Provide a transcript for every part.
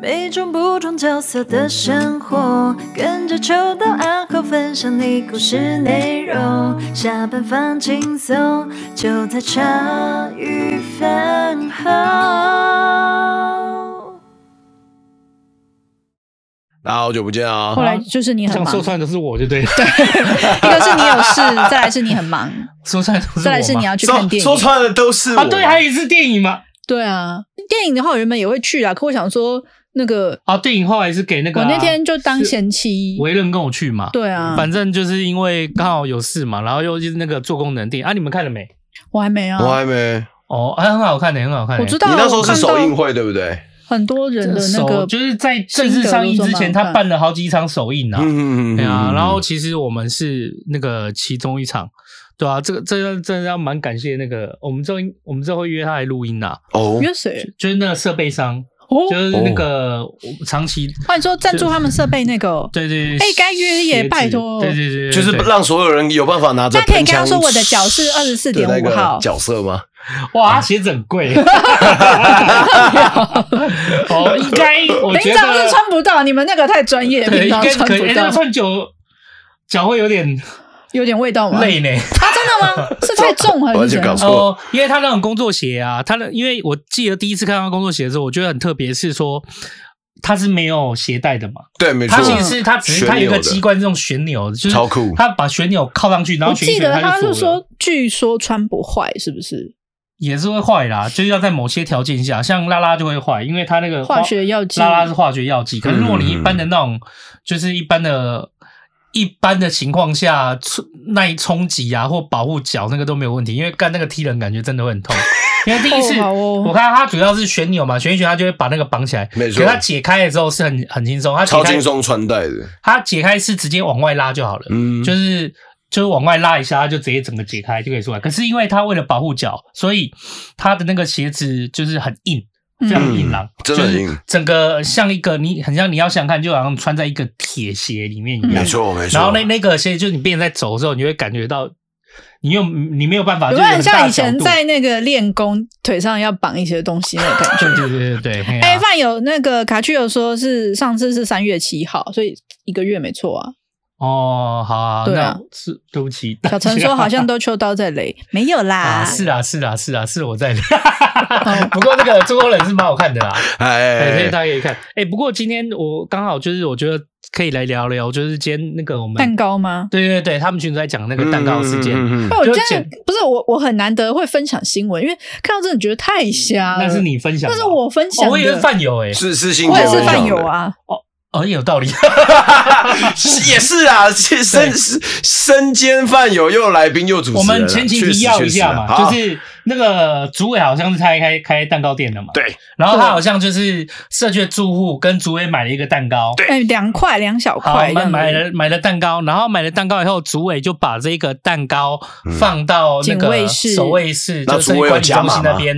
每种不同角色的生活，跟着秋到暗号分享你故事内容。下班放轻松，就在茶余饭后。大家好久不见啊！后来就是你很想忙，说穿的是我就对了， 一个是你有事，再来是你很忙， 说穿的是我吗再来是你要去看说电说影。穿的都是我，啊，对，还有一次电影嘛，对啊，电影的话我原本也会去啊，可我想说那个，啊，电影后来是给那个我啊、那天就当贤妻。维伦跟我去嘛，对啊，反正就是因为刚好有事嘛，然后又就是那个做功能电影啊，你们看了没？我还没啊，我还没。哦，啊、很好看的、很好看的、我知你道那时候是首映，我看会对不对？到很多人的那首个就是在正式上映之前，他办了好几场首映啊，嗯对啊，然后其实我们是那个其中一场，对啊，这个这个真的要蛮感谢那个我们之后我们之后会约他来录音啊，哦，约谁？就是那个设备商，哦，就是那个长期哦，你说赞助他们设备那个哦，对对，对哎该约也鞋子拜托对对对，对就是对让所有人有办法拿着那可喷以跟枪他的说那个。我的脚是24.5号角色吗？哇，他鞋子很 贵，哦，应该我觉平常是得穿不到，你们那个太专业，对，平应常该穿可以，哎不那到，穿久脚会有点有点味道吗？累呢。啊，真的吗？是太重 还我是就怎搞样？错了。哦，因为他那种工作鞋啊，他的因为我记得第一次看到工作鞋的时候，我觉得很特别，是说它是没有鞋带的嘛，对，没错它。其实是它只是它有一个机关，这种旋钮，就是超酷它把旋钮靠上去，然我后旋一记旋得它他就是锁了说，据说穿不坏，是不是？也是会坏啦，就是要在某些条件下，像拉拉就会坏，因为它那个化学药剂呃拉拉是化学药剂。可嗯是如果你一般的那种，就是一般的、一般的情况下，冲耐冲击啊或保护脚那个都没有问题，因为干那个踢人感觉真的 会很痛。因为第一次、哦好哦我看它主要是旋钮嘛，旋一旋它就会把那个绑起来，没错可它解开的时候是很很轻松，它解超开轻松穿戴的，它解开是直接往外拉就好了，嗯就是就是往外拉一下，它就直接整个解开就可以出来。可是因为它为了保护脚，所以它的那个鞋子就是很硬，嗯非常硬朗，嗯真的很硬就是整个像一个你很像你要想看，就好像穿在一个铁鞋里面一样。没错没错。然后那那个鞋就是你变成在走的时候，你会感觉到你又你没有办法，有就没有很大像以角前度在那个练功，腿上要绑一些东西那个感觉？ 对对对对对，嘿啊哎，范有那个卡去有说是上次是三月七号，所以一个月没错 啊。哦，好啊，对啊那是对不起，小陈说好像都秋刀在 雷，没有啊，啦，是啦，是啦，是啦，啊是 我在。不过那个《中国人》是蛮好看的啊啦，对，所以哎，大家可以看。哎，不过今天我刚好就是我觉得可以来聊聊，就是今天那个我们蛋，糕吗？哦对对对，他们群主在讲那个蛋糕事件，嗯嗯嗯嗯那我就真的简不是我，我很难得会分享新闻，因为看到真的觉得太瞎了。那是，你分享那的啊，是我分享哦，我以为的是，饭友哎，嗯是是性我也向是分饭享友的，啊。哦，也有道理，是也是啊，是身身兼饭友，又来宾又主持人啊。我们前情确实提要确一下实啊嘛，好就是那个主委好像是开开开蛋糕店的嘛，对，然后他好像就是社区的住户跟主委买了一个蛋糕，对。哎，两块两小好，块我这样子，们买了买了蛋糕，然后买了蛋糕以后，主委就把这个蛋糕放到那警个卫室守卫室，嗯那就是主委有管理加中码心那吗边。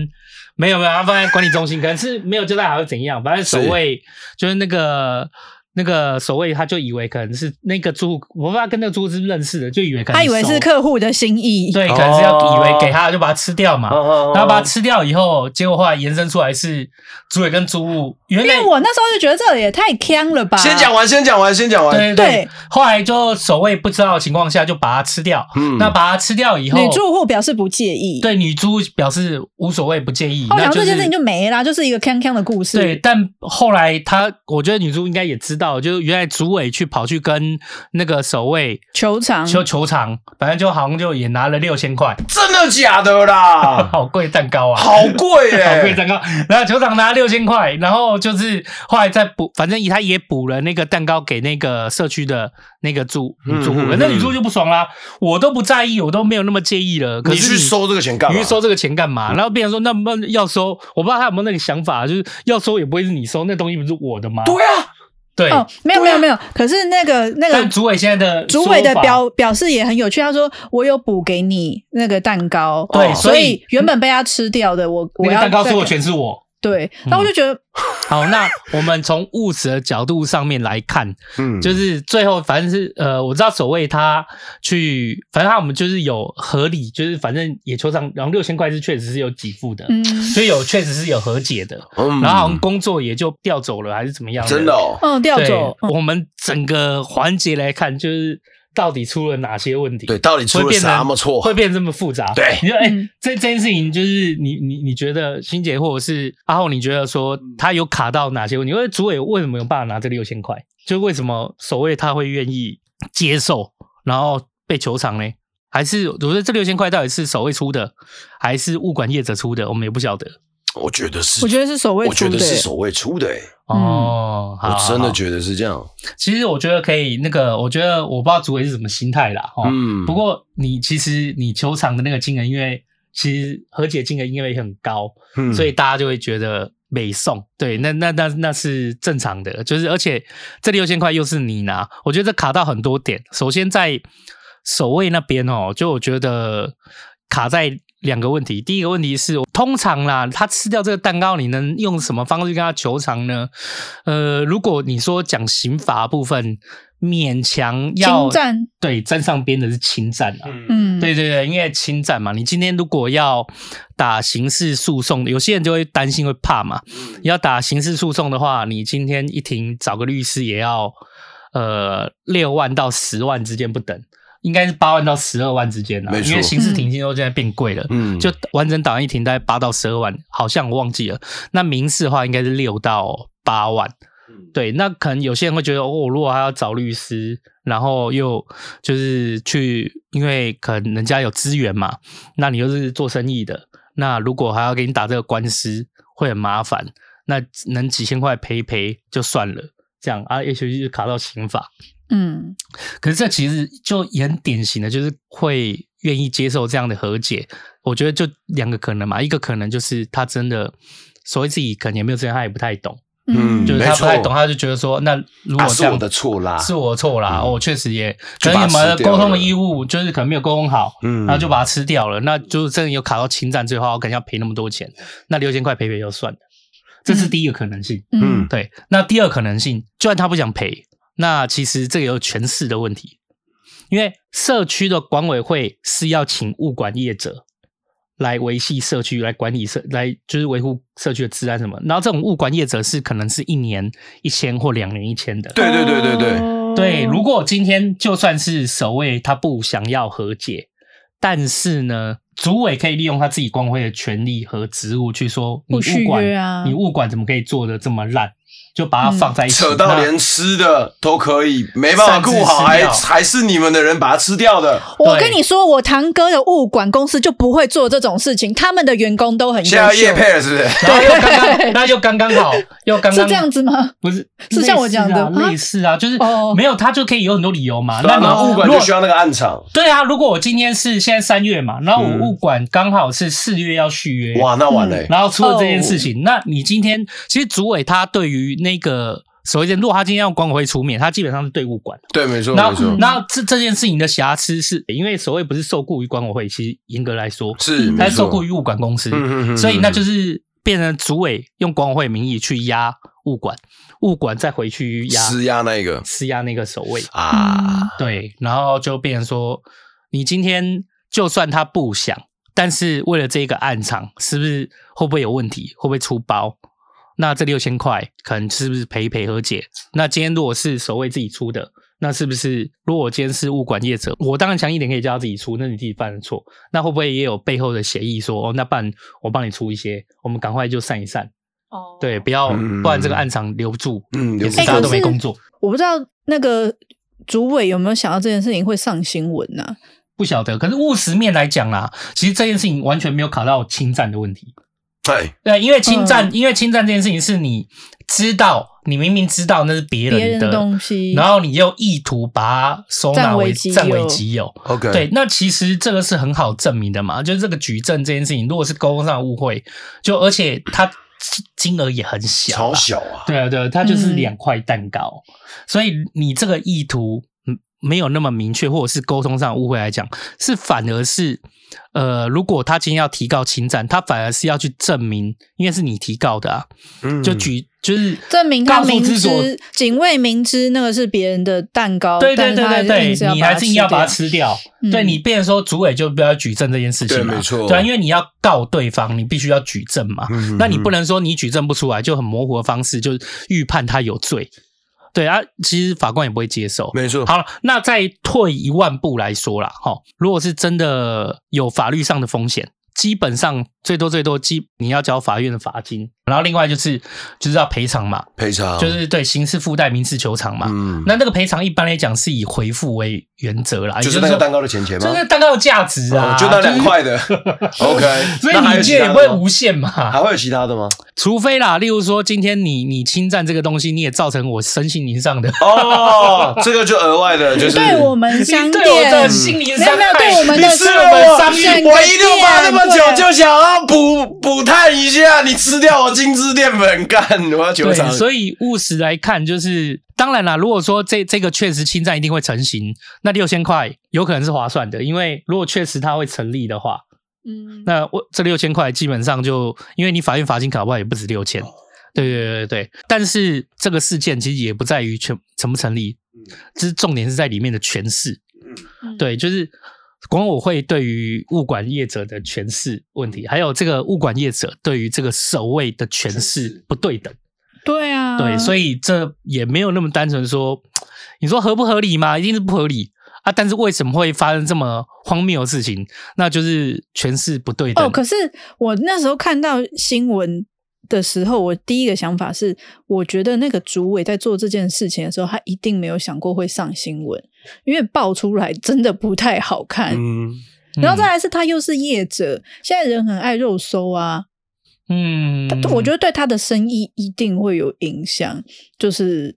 没有没有，他放在管理中心，可能是没有交代好是怎样，反正守卫就是那个那个守卫，他就以为可能是那个住户，我不知道跟那个住户是不是认识的，就以为可能他以为熟是客户的心意。对，可能是要哦以为给他就把它吃掉嘛，哦啊然后把它吃掉以后，结果后来延伸出来是主委跟租户，原因来为我那时候就觉得这也太坑了吧。先讲完，先讲完，先讲完。对对对后来就守卫不知道的情况下就把它吃掉。嗯那把它吃掉以后，女住户表示不介意。，对女猪表示无所谓，不介意。后来那想就说是这件事情就没啦，就是一个坑坑的故事。对，，但后来他，我觉得女猪应该也知道，就是原来主委去跑去跟那个守卫球场球球场，反正就好像就也拿了六千块，嗯真的假的啦？ 好贵蛋糕啊！好贵耶、 好贵蛋糕，然后球场拿六千块，然后就是后来再补，反正他也补了那个蛋糕给那个社区的那个住嗯女住户嗯，那嗯女住户就不爽啦，我都不在意，我都没有那么介意了。可你是去收这个钱干嘛？嗯你去收这个钱干嘛？然后别人说那么要收，我不知道他有没有那个想法，就是要收也不会是你收，那东西不是我的吗？对啊，对，啊哦，没有没有没有，可是那个那但个主委现在的主委的说法表表示也很有趣，他说我有补给你那个蛋糕，对哦所以所以原本被他吃掉的我那我个要蛋糕再是我全是我，嗯对，那我就觉得好，那我们从务实的角度上面来看，嗯，就是最后反正是呃，我知道守卫他去，反正他我们就是有合理，就是反正野球场，然后六千块是确实是有给付的，嗯所以有确实是有和解的，嗯然后好像工作也就调走了还是怎么样，真的。哦，嗯调对，走，嗯我们整个环节来看，就是到底出了哪些问题？对，到底出会了变成什么错？会变这么复杂？对你说哎、嗯这这件事情就是你你你觉得欣姐或者是阿浩，你觉得说他有卡到哪些问题？因为主委为什么有办法拿这六千块？就为什么守卫他会愿意接受，然后被球场呢？还是我觉得这六千块到底是守卫出的，还是物管业者出的？我们也不晓得我觉得是，我觉得是守卫我觉出得的是欸，守卫出的、欸，嗯哦。好我真好哦的好觉得是这样。其实我觉得可以，那个我觉得我不知道主委是什么心态啦，哦，嗯，不过你其实你球场的那个金额，因为其实和解金额因为很高，嗯所以大家就会觉得美送。对，那那那那是正常的，就是而且这六千块又是你拿，我觉得这卡到很多点。首先在守卫那边哦，就我觉得卡在。两个问题，第一个问题是，通常啦，他吃掉这个蛋糕，你能用什么方式跟他求偿呢？呃，如果你说讲刑罚部分，勉强要侵占，对，沾上边的是侵占啊。嗯，对对对，因为侵占嘛，你今天如果要打刑事诉讼，有些人就会担心会怕嘛。嗯要打刑事诉讼的话，你今天一庭找个律师也要呃六万到十万之间不等，应该是八万到十二万之间啊。没错因为刑事庭现在现在变贵了，嗯就完整档案一庭大概八到十二万，好像我忘记了。那民事的话应该是六到八万。嗯对，那可能有些人会觉得，哦，如果还要找律师，然后又就是去，因为可能人家有资源嘛，那你又是做生意的，那如果还要给你打这个官司，会很麻烦。那能几千块赔一赔就算了，这样啊，也许就是卡到刑法。嗯可是这其实就也很典型的，就是会愿意接受这样的和解。我觉得就两个可能嘛，一个可能就是他真的，所谓自己可能也没有这样，他也不太懂，嗯嗯，就是他没不错太懂，他就觉得说，那如果啊这是样、我的错啦，是我错啦，嗯我确实也就可把能它你们吃掉沟通的了义务就是可能没有沟通好，嗯然后就把它吃掉了，那就是真的有卡到侵占，最后我可能要赔那么多钱，那六千块赔赔就算了，这是第一个可能性。嗯嗯对，那第二可能性，就算他不想赔，那其实这个有权势的问题，因为社区的管委会是要请物管业者来维系社区、来管理社、来就是维护社区的治安什么。然后这种物管业者是可能是一年一千或两年一千的。对对对对对，哦对，如果今天就算是守卫他不想要和解，但是呢，主委可以利用他自己管委会的权利和职务去说，你不续物管约啊你物管怎么可以做的这么烂？就把它放在一起，嗯扯到那连吃的都可以，没办法顾好，擅自吃还掉还是你们的人把它吃掉的。我对跟你说，我堂哥的物管公司就不会做这种事情，他们的员工都很优现在要秀叶，哦配了是不是？然后又刚 刚，那又刚刚好，又刚是刚这样子吗？不是是像我讲的类似啊啊类似啊，就是哦没有他就可以有很多理由嘛。对那啊，你然后物管如就果需要那个暗场，对啊，如果我今天是现在三月嘛，然后我嗯物管刚好是四月要续约，哇，那完嘞，然后出了这件事情，那你今天其实主委他对于那个所谓的，如果他今天要管委会出面，他基本上是对物管。对，没错然没后错，，然后这这件事情的瑕疵是因为所谓不是受雇于管委会，其实严格来说，是他没是受错雇，于物管公司，嗯所以那就是变成主委用管委会名义去压物管，物管再回去压施压那个施压那个守卫，嗯啊，嗯对，然后就变成说，你今天就算他不想，但是为了这个暗场，是不是会不会有问题？会不会出包？那这六千块可能是不是赔一赔和解？那今天如果是守卫自己出的，那是不是如果我今天是物管业者，我当然强硬一点可以叫他自己出，那你自己犯的错，那会不会也有背后的协议说，哦，那不然我帮你出一些，我们赶快就散一散，哦，对，不要，嗯不然这个暗场留不住，嗯也留是不大家住都没哎可是工作。我不知道那个主委有没有想到这件事情会上新闻啊呐、不晓得。可是务实面来讲啦，其实这件事情完全没有卡到侵占的问题。对，对，因为侵占，嗯因为侵占这件事情是你知道，你明明知道那是别别人的的东西然后你又意图把它收纳占为为己占为有己有。 OK，对，那其实这个是很好证明的嘛，就是这个举证这件事情，如果是沟通上的误会，就而且它金额也很小啦，超小啊，对啊，对啊，它就是嗯两块蛋糕，所以你这个意图嗯没有那么明确，或者是沟通上的误会来讲，是反而是呃，如果他今天要提告侵占，他反而是要去证明，因为是你提告的啊，嗯就举就是证明他告诉明之所知，警卫明知那个是别人的蛋糕，对对对但对是他硬对，你还是硬要把它吃吃掉。嗯对你变成说主委就不要举证这件事情嘛，对没错对啊，因为你要告对方，你必须要举证嘛。嗯那你不能说你举证不出来，就很模糊的方式就预判他有罪。对啊，其实法官也不会接受。嗯没错，好了，那再退一万步来说啦，哈，如果是真的有法律上的风险，基本上最多最多基你要交法院的罚金，然后另外就是就是要赔偿嘛，赔偿就是对刑事附带民事求偿嘛。哦嗯，那这个赔偿一般来讲是以回复为原则啦，就是也那个说蛋糕的钱钱吗？就是蛋糕的价值哦啊，就那是两。块 的，OK。所以那还有你其借他也的不会吗无限嘛还，会有其他的吗？除非啦，例如说今天你你侵占这个东西，你也造成我身心 灵上的，哦， 这个就额外的，就是对我们商你店对我的心灵没伤有没有害，对我们你 的吃对了我我整个我一定要把那么久店对就想要补补碳一下，你吃掉我精致淀粉，干我要求对，偿。所以务实来看，就是当然啦，如果说这这个确实侵占一定会成型，那六千块有可能是划算的，因为如果确实它会成立的话，嗯，那我这六千块基本上就因为你法院罚金搞不好也不止六千。对对对对对，但是这个事件其实也不在于成成不成立，就是重点是在里面的诠释。嗯对，就是管委会对于物管业者的诠释问嗯题，还有这个物管业者对于这个守卫的诠释不对等。对啊，对，所以以这也没有那么单纯说，你说合不合理吗？一定是不合理啊！但是为什么会发生这么荒谬的事情？那就是诠释不对等。哦，可是我那时候看到新闻。的时候，我第一个想法是，我觉得那个主委在做这件事情的时候，他一定没有想过会上新闻，因为爆出来真的不太好看。嗯，嗯然后再来是他又是业者，现在人很爱肉搜啊，嗯他我觉得对他的生意一定会有影响，就是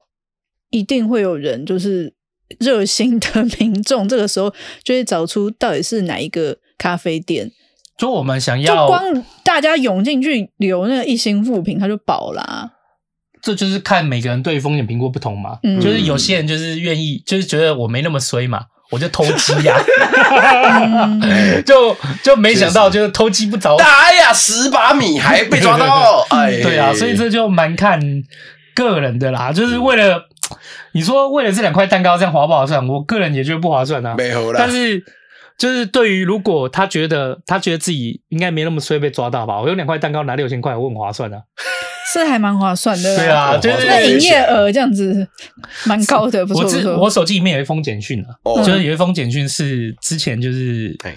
一定会有人就是热心的 民众，这个时候就会找出到底是哪一个咖啡店，就我们想就要，光大家涌进去留那个一星复评，他就饱啊啦、 这就是看每个人对风险评估不同嘛。嗯就是有些人就是愿意，就是觉得我没那么衰嘛，我就偷鸡呀、 嗯哎 就就没想到就是偷鸡不着大哎呀，十把米还被抓到，哎，对啊，所以这就蛮看个人的啦，就是为了你说为了这两块蛋糕这样划不划算，我个人也觉得不划算啊。没有啦。但是就是对于如果他觉得他觉得自己应该没那么衰被抓到吧，我有两块蛋糕拿六千块，我很划算啊。是还蛮划算的。对啊，就划那算是营业额这样子蛮高的，不错我不自错。我手机里面有一封简讯啊，哦就是有一封简讯是之前就是哎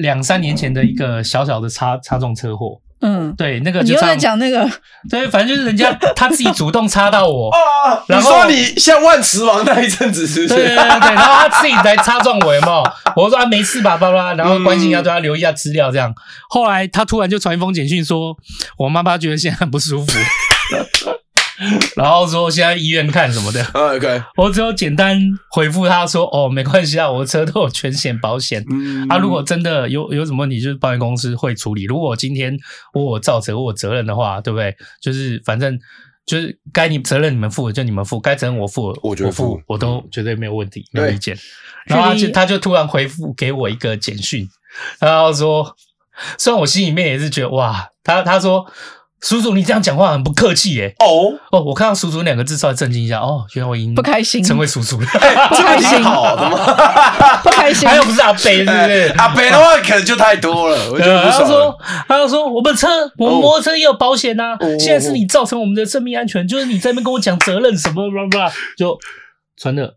两三年前的一个小小的擦擦撞车祸，嗯，对，那个你就又在差讲那个对，反正就是人家他自己主动插到我。啊，你然后说你像万磁王那一阵子是不对对对，是？对，然后他自己来插中我，有没有？我说啊，没事吧，巴拉，然后关心一下，对他留意一下资料这样。后来他突然就传一封简讯说，我妈妈觉得现在很不舒服，然后说现在医院看什么的。啊，OK，我只有简单回复他说，哦，没关系啊，我的车都有全险保险。嗯啊，如果真的有有什么问题，就是保险公司会处理。如果今天我有造成我有责任的话，对不对？就是反正就是该你责任你们负，就你们负；该责任我负，我觉得负负，嗯我都绝对没有问题，没有对意见。然后他距就离他就突然回复给我一个简讯，然后说，虽然我心里面也是觉得哇，他他说叔叔你这样讲话很不客气耶。哦，哦，我看到叔叔两个字稍微震惊一下，哦，原来我已经不开心成为叔叔了。这个挺好的嘛。 不开心 还，有不是阿北，是不是哎？阿北的话可能就太多了，我觉对得不他爽了。说，他就说我们车，我们摩托车也有保险呐、哦现在是你造成我们的生命安全，就是你在那边跟我讲责任什么，blah blah，就传的，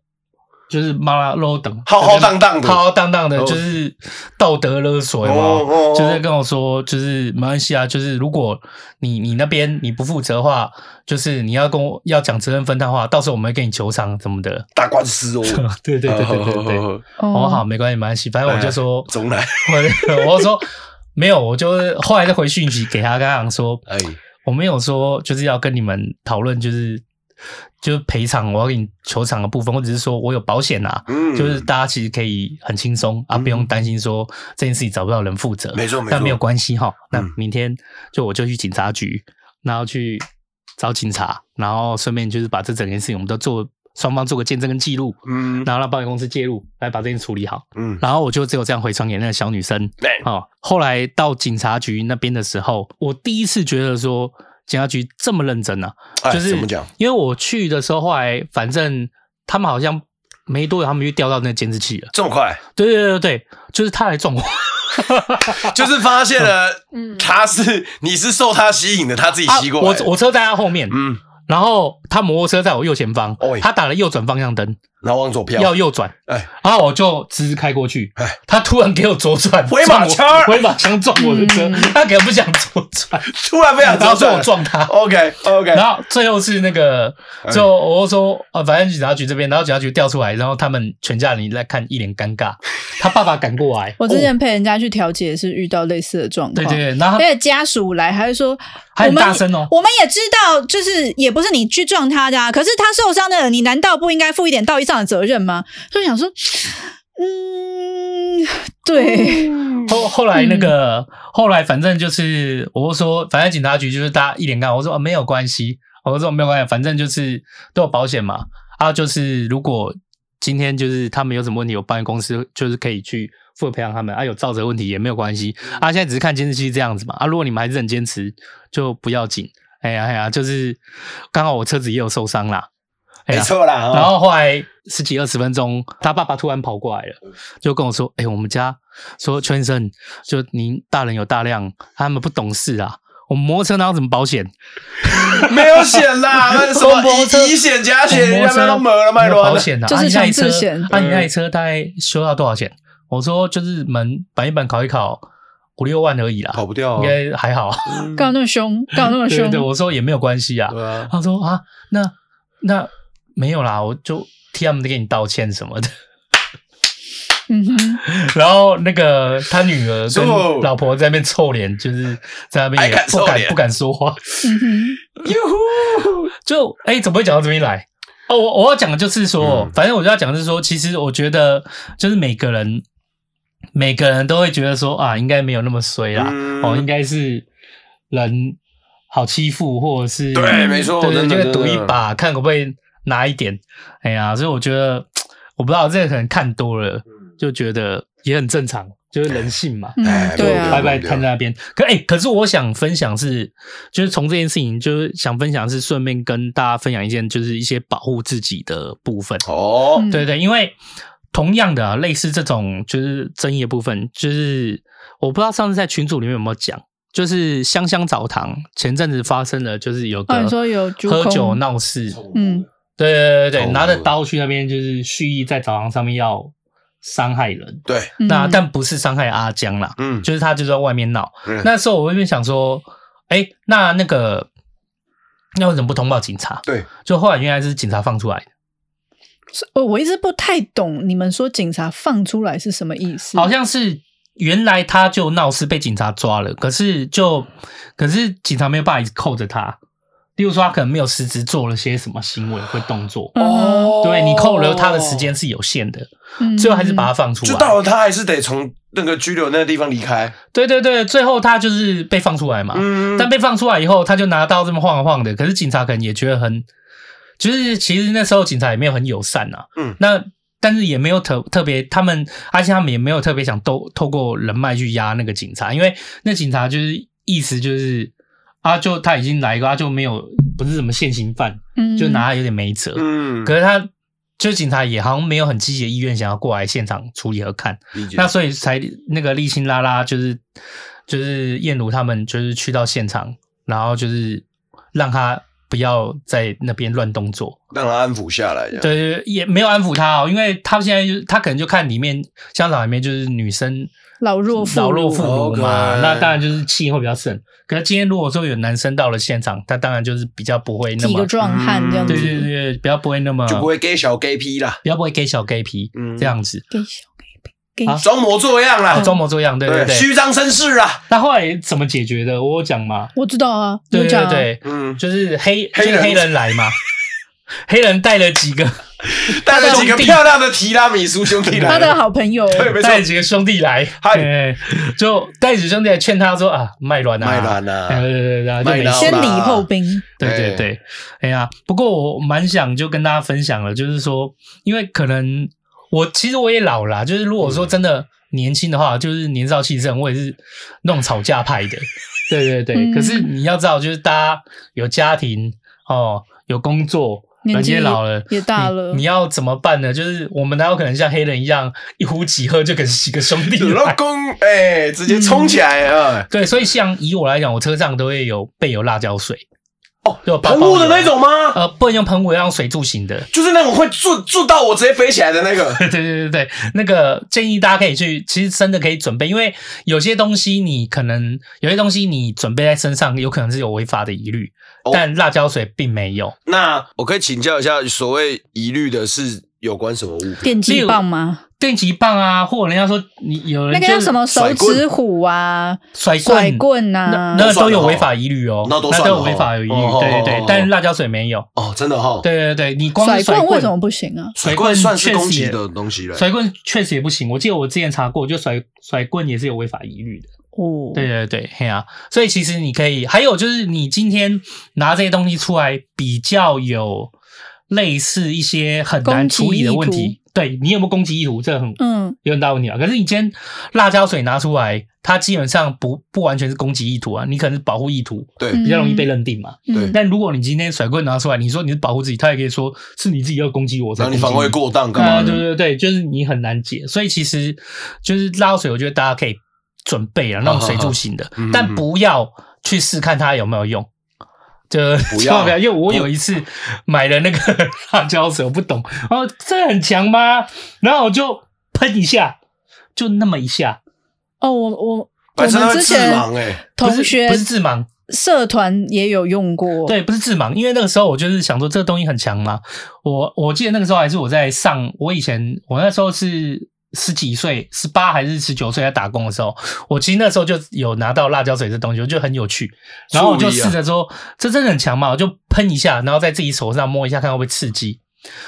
就是妈啦啰等，浩浩荡荡的浩浩荡荡的，哦就是道德勒索嘛，哦哦哦就是跟我说，就是没关系啊，就是如果你你那边你不负责的话，就是你要跟我要讲责任分摊的话，到时候我们会跟你求偿什么的。打官司哦， 对对对对对对，哦哎哦好，没关系没关系，反正我就说。总来， 我我说没有，我就是后来再回讯息给他，跟他讲说，哎，我没有说就是要跟你们讨论，就是就是赔偿，我要给你求偿的部分，我只是说我有保险啊，嗯就是大家其实可以很轻松啊，嗯不用担心说这件事情找不到人负责，没错没错但没有关系哈。那嗯明天就我就去警察局，然后去找警察，然后顺便就是把这整件事情我们都做双方做个见证跟记录，嗯然后让保险公司介入来把这件事处理好。嗯，然后我就只有这样回传给那个小女生。对哦，后来到警察局那边的时候，我第一次觉得说警察局这么认真啊，哎就是怎么讲？因为我去的时候，后来反正他们好像没多久，他们就调到那个监视器了。这么快，对对对对，就是他来 撞我。就是发现了嗯他是你是受他吸引的，他自己啊吸过我来的。我车在他后面，嗯，然后他摩托车在我右前方哦，他打了右转方向灯，然后往左要飘，右转，哎，然后我就直直开过去哎，他突然给我左转，回马枪撞我回马枪撞我的车嗯，他可能不想左转，突然被想然抓后说转我。撞他。 OK OK，然后最后是那个，哎就我就说，呃，反正警察局这边，然后警察局调出来，然后他们全家人来看，一脸尴尬。他爸爸赶过来， 我之哦前陪人家去调解是遇到类似的状对况，对对，然后而且家属来还会说，我还很们大声哦，我们也知道，就是也不是你去撞他的、啊，可是他受伤的，你难道不应该负一点道义上的责任吗？就想说，嗯，对，嗯后后来那个、后来反正就是我说，反正警察局就是大家一脸干，我说、啊没有关系，我说哦没有关系，反正就是都有保险嘛。啊，就是如果今天就是他们有什么问题，有保险公司就是可以去负责赔偿他们。啊，有造责问题也没有关系。啊，现在只是看监视器这样子嘛。啊，如果你们还是很坚持，就不要紧。哎呀哎呀，就是刚好我车子也有受伤啦。没哎呀，错啦。哦然后后来十几二十分钟，他爸爸突然跑过来了，就跟我说：“哎、我们家说邱先生，就您大人有大量，他们不懂事啊，我们摩托车哪有什么保险？没有险 啦，那什么我们摩托车乙乙险、甲我险，们人摩家托车都没了，卖没有乱保了。险的、啊，就是你那一强车制险，啊，你那一车大概修到多少钱？我说就是门板一板烤一烤，五六万而已啦，不掉啊应该还好。干嘛那么 凶？干嘛那么对凶？嗯对对，我说也没有关系啊。对啊，他说啊，那那没有啦，我就替他们给你道歉什么的。”嗯哼， 然后那个他女儿跟 So- 老婆在那边臭脸，就是在那边还也敢不臭敢脸不敢说话。嗯哼。就哎、怎么会讲到这边来？哦，我我要讲的就是说，嗯反正我就要讲的是说，其实我觉得就是每个人每个人都会觉得说啊，应该没有那么衰啦，嗯哦，应该是人好欺负，或者是对，没错，对真对，的就赌一。把，看可不可以拿一点。哎呀，所以我觉得我不知道，这个可能看多了，嗯就觉得也很正常，就是人性 嘛。哎嗯，对我啊，拜拜，对摊在那边。可哎、可是我想分享是，就是从这件事情，就是想分享是顺便跟大家分享一件，就是一些保护自己的部分。真的哦，嗯对对，因为同样的、啊、类似这种就是争议的部分，就是我不知道上次在群组里面有没有讲，就是香香澡堂前阵子发生了，就是有个、哦你说有猪喝空酒闹事，嗯，对对对宠对对，物拿着刀去那边就是蓄意在澡堂上面要伤害人，对，嗯那但不是伤害阿江啦，嗯，就是他就在外面闹。嗯那时候我那边想说，哎，那那个那为什么不通报警察？对，就后来原来是警察放出来的，哦我我一直不太懂你们说警察放出来是什么意思？好像是原来他就闹事被警察抓了，可是就可是警察没有办法一直扣着他，例如说他可能没有实质做了些什么行为或动作。嗯哼哦，对你扣留他的时间，是有限的，嗯最后还是把他放出来。就到了他还是得从那个拘留那个地方离开。对对对，最后他就是被放出来嘛。嗯，啊但被放出来以后，他就拿刀这么晃啊晃的，可是警察可能也觉得很，就是其实那时候警察也没有很友善啊。嗯那但是也没有特特别，他们而且他们也没有特别想透透过人脉去压那个警察，因为那警察就是意思就是。啊，就他已经来过，他就没有不是什么现行犯，嗯就拿他有点没辙。嗯，可是他就警察也好像没有很积极的意愿想要过来现场处理和看，理解那所以才那个立新拉拉就是就是燕如他们就是去到现场，然后就是让他不要在那边乱动作，让他安抚下来。这样，对，也没有安抚他哦，因为他现在就他可能就看里面香港里面就是女生老弱妇孺老弱妇孺嘛 OK 那当然就是气会比较盛。可是今天如果说有男生到了现场，他当然就是比较不会那几么嗯个壮汉这样子，对对对，对比较不会那么就不会给小 gay 批啦，比较不会给小 gay 皮、嗯这样子，给小给啊给装模作样啦啊，，装模作样，对对对。虚张声势啊。那后来怎么解决的？我有讲嘛，我知道啊，对有对讲啊，对，嗯，就是黑黑 黑人黑人来嘛，黑人带了几个带了几个漂亮的提拉米苏兄弟来他的了，好朋友 对，没错，带几个兄弟来，嗨哎，就带几个兄弟来劝他说啊，卖卵啊，卖卵啊哎对对对对，就卖没卵啊事先礼后兵，对哎对对，哎呀，不过我蛮想就跟大家分享了，就是说，因为可能我其实我也老啦，就是如嗯果说真的年轻的话，就是年少气盛，我也是那种吵 架派的，对对对。嗯可是你要知道，就是大家有家庭哦，有工作。年人纪也老了，也大了你，你要怎么办呢？就是我们哪有可能像黑人一样一呼即喝就给几个兄弟老来？公，哎，直接冲起来啊！对，所以像以我来讲，我车上都会有备有辣椒水，哦，就有包喷雾的包那有种吗？呃，不能用喷雾，要用水柱型 的。就是那种会住住到我直接飞起来的那个。对对对对对，那个建议大家可以去，其实真的可以准备，因为有些东西你可能有些东西你准备在身上，有可能是有违法的疑虑，哦但辣椒水并没有。那我可以请教一下，所谓疑虑的是有关什么物品？电击棒吗？电击棒啊，或者人家说你有人那个叫就是什么手指虎啊、甩甩棍，棍那啊，那都有违法疑虑哦，那都算了哦都有违法疑虑，哦对对哦哦对，但是辣椒水没有。哦，真的哈、哦，对对对，你光甩是棍棍为什么不行啊？甩棍算是确实攻击也的东西了。甩棍确实也不行，我记得我之前查过，就甩甩棍也是有违法疑虑的。哦，对对对，嘿啊，所以其实你可以，还有就是你今天拿这些东西出来，比较有类似一些很难处理的问攻击意题。对你有没有攻击意图？这很嗯，有很大问题啊。可是你今天辣椒水拿出来，它基本上不不完全是攻击意图啊，你可能是保护意图，对，嗯比较容易被认定嘛。嗯但如果你今天甩棍拿出来，你说你是保护自己，他也可以说是你自己要攻击我才然后攻击你防卫过当干嘛啊，的？对对对，就是你很难解，所以其实就是拉水，我觉得大家可以准备啊，那种水柱型的，嗯但不要去试看它有没有用。就不要千万不要，因为我有一次买了那个 辣椒水，我不懂，哦，这很强吗？然后我就喷一下，就那么一下，哦，我我我白痴他们会之自前盲哎，不是同学不是致盲，社团也有用过，，对，不是致盲，因为那个时候我就是想说这个东西很强嘛。我我记得那个时候还是我在上，我以前我那时候是十几岁，十八还是十九岁在打工的时候，我其实那时候就有拿到辣椒水这东西，我觉得很有趣，然后我就注意啊试着说、这真的很强嘛，我就喷一下，然后在自己手上摸一下，看会不会刺激。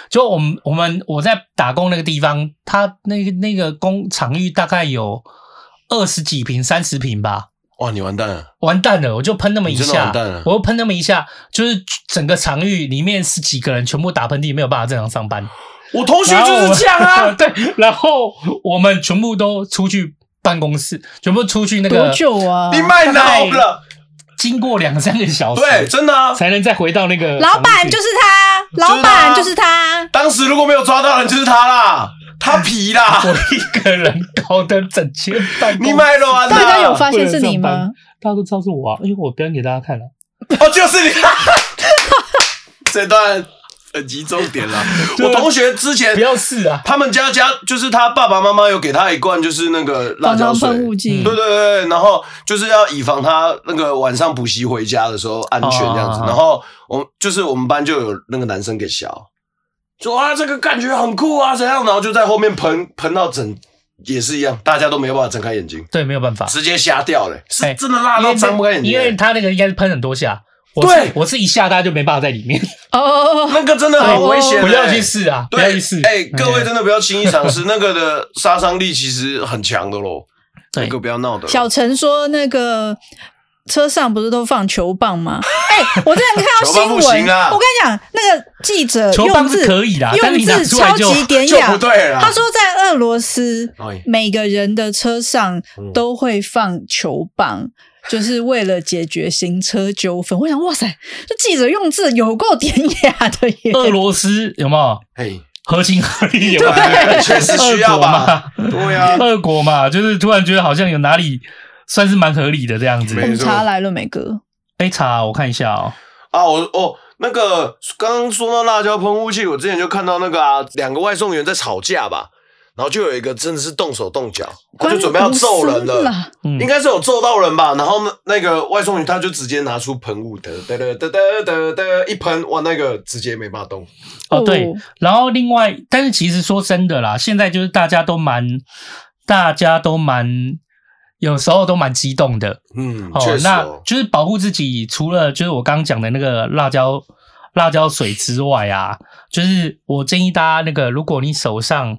就我们我们我在打工那个地方，它那个那个工场域大概有二十几平、三十平吧，哇，你完蛋了！完蛋了，我就喷那么一你真的下完蛋了，我又喷那么一下，就是整个场域里面十几个人全部打喷嚏，没有办法正常上班。我同学就是这样然后我 啊，对，然后我们全部都出去办公室，全部出去那多个，久啊？你卖脑了。经过两三个小时，对，真的啊。才能再回到那个老场板域就是他，老板就是他，当时如果没有抓到人，就是他啦，他皮啦，我一个人搞得整间 办公室，你卖了完大家有了，发现是你不能上吗？大家都知道是我啊，因为我表演给大家看了、哦，就是你。 这段很集重点 了。对啊我同学之前不要试啊，他们家家就是他爸爸妈妈有给他一罐，就是那个辣防椒狼水，喷雾剂对，对对，对然后就是要以防他那个晚上补习回家的时候安全这样子。哦然后我们就是我们班就有那个男生给削，说啊这个感觉很酷啊怎样，然后就在后面喷喷到整也是一样，大家都没有办法睁开眼睛，对，没有办法，直接瞎掉嘞、是哎真的辣因为到那张不开眼睛、因为欸。他那个应该是喷很多下。我是对我是一下，大家就没办法在里面。哦哦哦， 那个真的很危险、欸，不要去试啊！不要对去试，。哎、各位真的不要轻易尝试，那个的杀伤力其实很强的咯。对那个不要闹的咯。小陈说那个。车上不是都放球棒吗？哎、我之前看到 球新棒不闻，行啊我跟你讲，那个记者球棒用是字呃可以啦啊但是用你拿字出来超就级典就雅，不对了啦。他说，在俄罗斯啊哎，嗯每个人的车上都会放球棒，就是为了解决行车纠纷。我想，哇塞，这记者用字有够典雅的耶！ 嗯俄罗斯有没有嘿，合情合理？有没有哎确实需要吧？俄国嘛对啊，俄国嘛，就是突然觉得好像有哪里算是蛮合理的这样没我子。们查来了没哥？哎，查我看一下哦，啊，我哦，那个刚刚说到辣椒喷雾器，我之前就看到那个啊，两个外送员在吵架吧，然后就有一个真的是动手动脚，他就准备要揍人关我什么事了。啦，嗯应该是有揍到人吧，然后呢，那个外送员他就直接拿出喷雾，得得得得得得得，一喷，哇，那个直接没办法动。哦对哦，然后另外，但是其实说真的啦，现在就是大家都蛮，大家都蛮，有时候都蛮激动的。嗯，哦确，实那哦，就是保护自己，除了就是我刚刚讲的那个辣椒辣椒水之外啊，就是我建议大家那个，如果你手上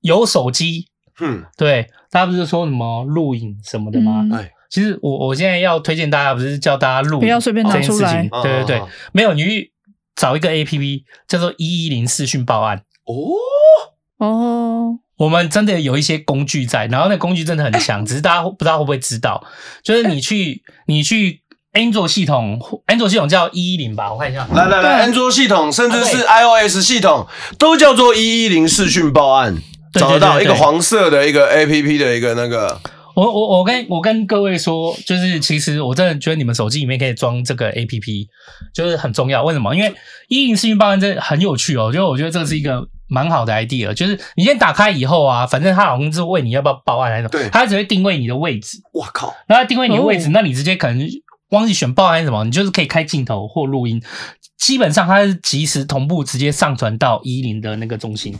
有手机，嗯，对，大家不是说什么录影什么的吗？嗯哎，其实我我现在要推荐大家，不是叫大家录，不要随便拿这件出事来情对对对哦，没有，你去找一个 A P P 叫做一一零视讯报案。哦，哦，我们真的有一些工具在，然后那工具真的很强，只是大家不知道会不会知道。就是你去你去 Android 系统，Android 系统叫一一零吧，我看一下。来来来，安卓系统甚至是啊 iOS 系统都叫做一一零视讯报案，对对找得到对一对个黄色的一个 APP 的一个那个，我我我跟我跟各位说，就是其实我真的觉得你们手机里面可以装这个 A P P，就是很重要。为什么？因为一零视讯报案真的很有趣哦，就我觉得这是一个蛮好的 idea。就是你先打开以后啊，反正它好像是问你要不要报案还是什么对它只会定位你的位置，我靠，然后它定位你的位置，哦那你直接可能忘记选报案还是什么，你就是可以开镜头或录音。基本上它是即时同步直接上传到一零的那个中心。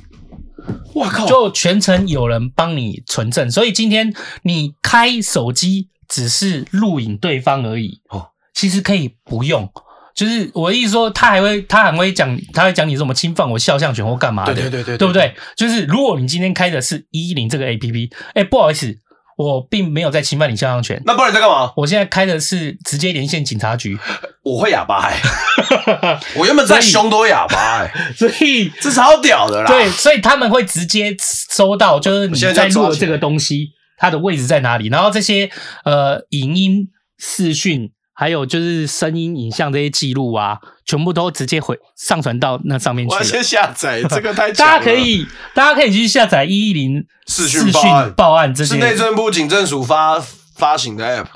我靠，就全程有人帮你存证，所以今天你开手机只是录影对方而已，哦哦，其实可以不用。就是我的意思说，他还会，他还会讲，他会讲你什么侵犯我肖像权或干嘛的，对对对对，对不？对？就是如果你今天开的是一零这个 A P P，哎，不好意思，我并没有在侵犯你肖像权，那不然你在干嘛？我现在开的是直接连线警 察局，我会哑巴哎、 我原本在胸都哑巴哎、所以这超屌的啦！ 对，，所以他们会直接收到，就是你现在在就抓录的起来这个东西，它的位置在哪里，然后这些呃影音、视讯，还有就是声音、影像这些记录啊，全部都直接回上传到那上面我要去了。先下 载这个太强了大家可以，大家可以去下载一一零视讯报案报案这是些。内政部警政署发发行的 app，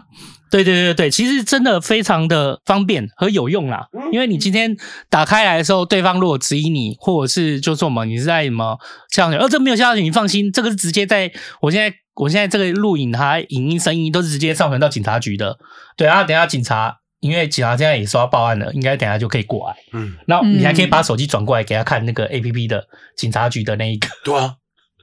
对对对对，其实真的非常的方便和有用啦。嗯因为你今天打开来的时候，对方如果质疑你，或者是就说什么你是在什么肖像权，哦，这没有肖像权，你放心，这个是直接在我现在我现在这个录影它影音声音都是直接上传到警察局的。对啊，等一下警察，因为警察现在也收到报案了，应该等一下就可以过来。嗯，然后你还可以嗯把手机转过来给他看那个 A P P 的警察局的那一个对啊，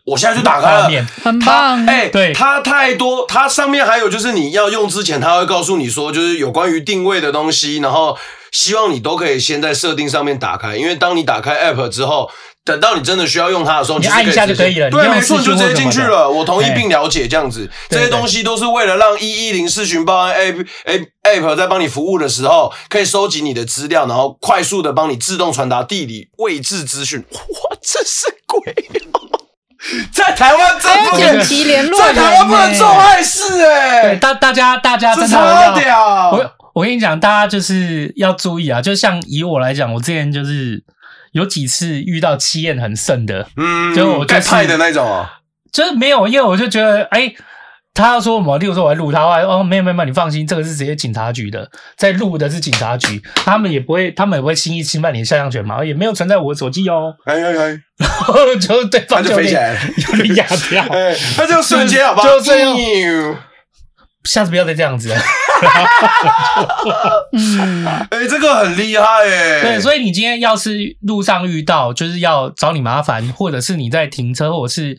我现在就打开画了。面。很它棒，哎、对它太多，它上面还有就是你要用之前，它会告诉你说，就是有关于定位的东西，然后希望你都可以先在设定上面打开，因为当你打开 app 之后，等到你真的需要用它的时候，你其实按一下就直接可以了对，你用没错，视你讯就直接或什进么去的了。我同意哎并了解这样子，这对些东西都是为了让一一零视讯报案 app app app 在帮你服务的时候，可以收集你的资料，然后快速的帮你自动传达地理位置资讯。哇，这是鬼哦、在台湾政府还面要对紧急联络在台湾不能人做欸坏事哎、对，大大家大家这真的超要屌我！我跟你讲，大家就是要注意啊！就像以我来讲，我之前就是有几次遇到气焰很盛的，嗯就我盖就是派的那种哦，就是没有，因为我就觉得，哎、他要说我们，例如说我在录他，话，哦，没有没有没有，你放心，这个是直接警察局的，在录的是警察局，他们也不会，他们也不会轻易侵犯你的肖像权嘛，也没有存在我的手机哦，哎哎哎，就对他方就有飞起点 来了，有点哑掉， 哎，他就瞬间好不好？就这样样。下次不要再这样子了。嗯，哎，这个很厉害哎。对，所以你今天要是路上遇到，就是要找你麻烦，或者是你在停车，或者是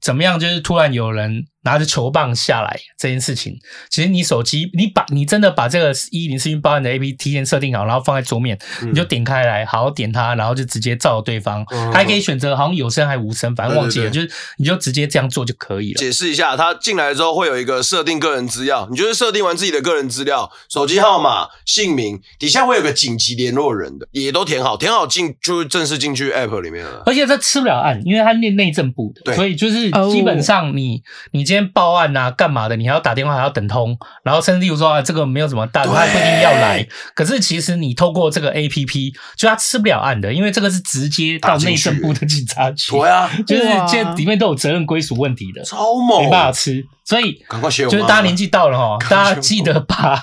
怎么样，就是突然有人拿着球棒下来这件事情，其实你手机，你把你真的把这个一零四讯报案的 A P P 提前设定好，然后放在桌面，嗯你就点开来，好好点它，然后就直接照对方，嗯还可以选择好像有声还无声，反正忘记了，对对就是你就直接这样做就可以了。解释一下，他进来之后会有一个设定个人资料，你就是设定完自己的个人资料，手机号码、姓名，底下会有个紧急联络人的，也都填好，填好进就正式进去 app 里面 了。而且这吃不了案，因为它内内政部对的，所以就是哦基本上你你今天报案啊，干嘛的，你还要打电话，还要等通，然后甚至例如说啊，这个没有什么大，对他不一定要来。可是其实你透过这个 A P P，就它吃不了案的，因为这个是直接打到进内去政部的警察局，对啊，就是哇这里面都有责任归属问题的，超没猛！办法吃。所以赶快学我就是妈大家妈年纪到 了哈，赶快大学家我记得把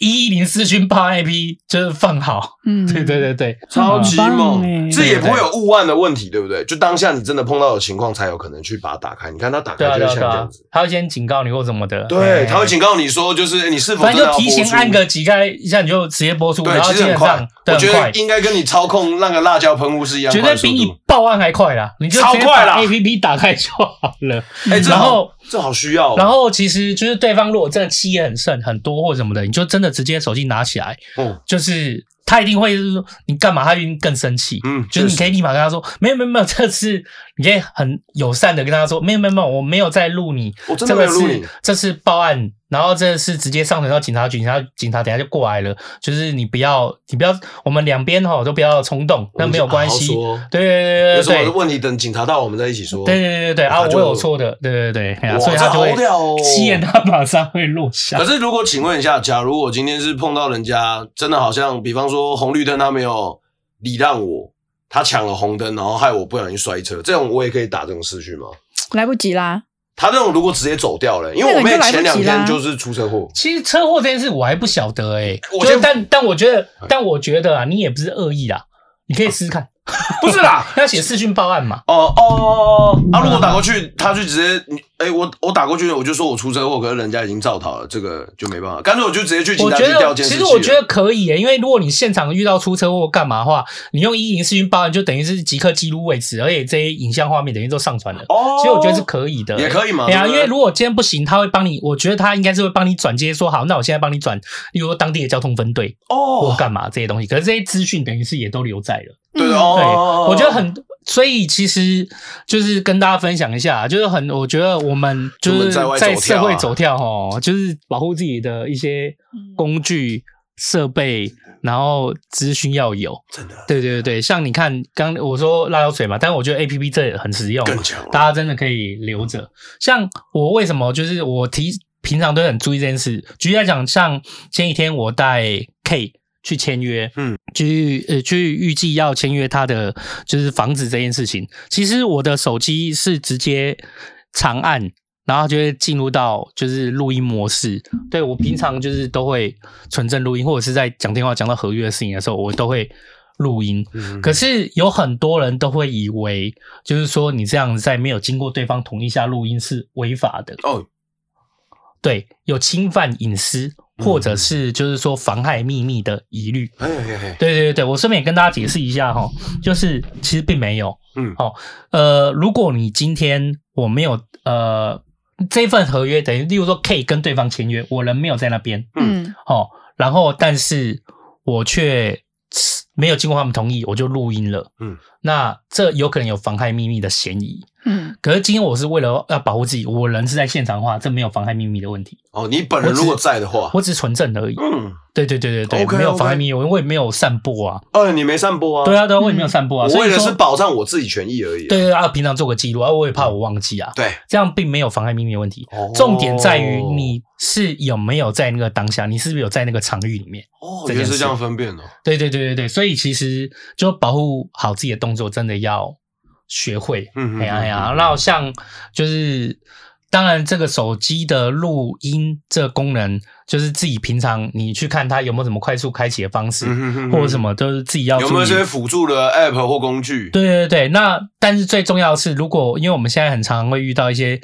一零四讯报 A P 就是放好。嗯， 对对对嗯对，超级猛，很棒欸这也不会有误案的问题，对不对？就当下你真的碰到的情况，才有可能去把它打开。你看它打对开啊就对像这啊对啊样子，，他会先警告你或什么的，对，它会警。警告你说，就是诶你是否反真正的要就提前播出按个几开一下你就直接播出，对然，后其基实很本快上，对我觉很得快应该跟你操控那个辣椒喷雾是一样绝快对的速比你度。报案还快啦！你就直接超快啦把 A P P 打开就好了。哎，这然好后这好需要哦，然后其实就是对方如果真的气也很盛很多或什么的，你就真的直接手机拿起来，嗯就是他一定会是说你干嘛，他一定更生气。嗯就是你确实可以立马跟他说，没有没有没有，这次你可以很友善的跟他说，没有没有没有，我没有在录你，我真的这个没有录是你这是报案，然后这是直接上传到警察局，警察警察等下就过来了，就是你不要你不要，我们两边哈都不要冲动，那没有关系我啊们就好好说。对对对有对什么对。问题等警察到我们再一起说。对对对对对啊！他我就有错的，对对对，哎呀哇所以他就会这好屌哦气焰，他马上会落下可。是如果请问一下，假如我今天是碰到人家真的好像，比方说红绿灯他没有礼让我，他抢了红灯，然后害我不小心摔车，这种我也可以打这种视讯吗？来不及啦。他这种如果直接走掉了，因为那我个妹就来不前两及啦天就是出车祸，其实车祸这件事我还不晓得哎、欸，我就先但但我觉得，但我觉得啊，你也不是恶意啦，你可以试试看，不是啦，要写视讯报案嘛。哦哦，啊！如果打过去，他就直接你，哎、我我打过去，我就说我出车祸，可是人家已经造逃了，这个就没办法。干脆我就直接去警我察觉局调得监其视器了。实我觉得可以、欸，因为如果你现场遇到出车祸干嘛的话，你用一零视讯报案就等于是即刻记录位置，而且这些影像画面等于都上传了。哦，所以我觉得是可以的、也可以嘛对啊，对不因对为如果今天不行，他会帮你，我觉得他应该是会帮你转接，说好，那我现在帮你转，例如说当地的交通分队或哦，干嘛这些东西。可是这些资讯等于是也都留在了。对嗯的哦，对，哦我觉得很，所以其实就是跟大家分享一下，啊就是很，我觉得我们就我是们在外走跳在啊社会走跳哦，就是保护自己的一些工具、设备，然后资讯要有。真的哦对对对对，像你看刚我说辣椒水嘛，但我觉得 A P P 这也很实用，啊更强了。大家真的可以留着。像我为什么就是我提平常都很注意这件事，举例来讲，像前几天我带 K 去签约，嗯，去呃去预计要签约他的就是房子这件事情，其实我的手机是直接长按。然后就会进入到就是录音模式，对我平常就是都会纯正录音，或者是在讲电话讲到合约的事情的时候，我都会录音。嗯可是有很多人都会以为，就是说你这样在没有经过对方同意下录音是违法的，哦，对，有侵犯隐私或者是就是说妨害秘密的疑虑。哎哎哎，嗯对对对对，我顺便也跟大家解释一下哈，就是其实并没有，嗯好、呃，如果你今天我没有呃这份合约，等于例如说 K 跟对方签约，我人没有在那边，嗯，哦，然后但是我却没有经过他们同意，我就录音了。嗯，那这有可能有妨害秘密的嫌疑。嗯，可是今天我是为了要保护自己，我人是在现场的话，这没有妨害秘密的问题，哦，你本人如果在的话，我只是纯正而已。嗯，对对对对对 OK，没有妨害 OK 秘密，我也没有散播啊。哦，你没散播啊？对，啊对啊，我也没有散播啊。我所为以的说是保障我自己权益而已啊。对对对啊，平常做个记录啊，我也怕我忘记啊。对，这样并没有妨害秘密的问题哦，重点在于你是有没有在那个当下，你是不是有在那个场域里面。哦，这原来件是事这样分辨哦。对对对对对，所以其实就保护好自己的动作，真的要学会。嗯嗯哎呀哎呀嗯，嗯然后像就是，当然这个手机的录音这个功能，就是自己平常你去看它有没有什么快速开启的方嗯式，嗯嗯嗯或者什么，都是自己要有没有一注意些辅助的 app 或工具？对对对，那但是最重要的是，如果因为我们现在很常会遇到一些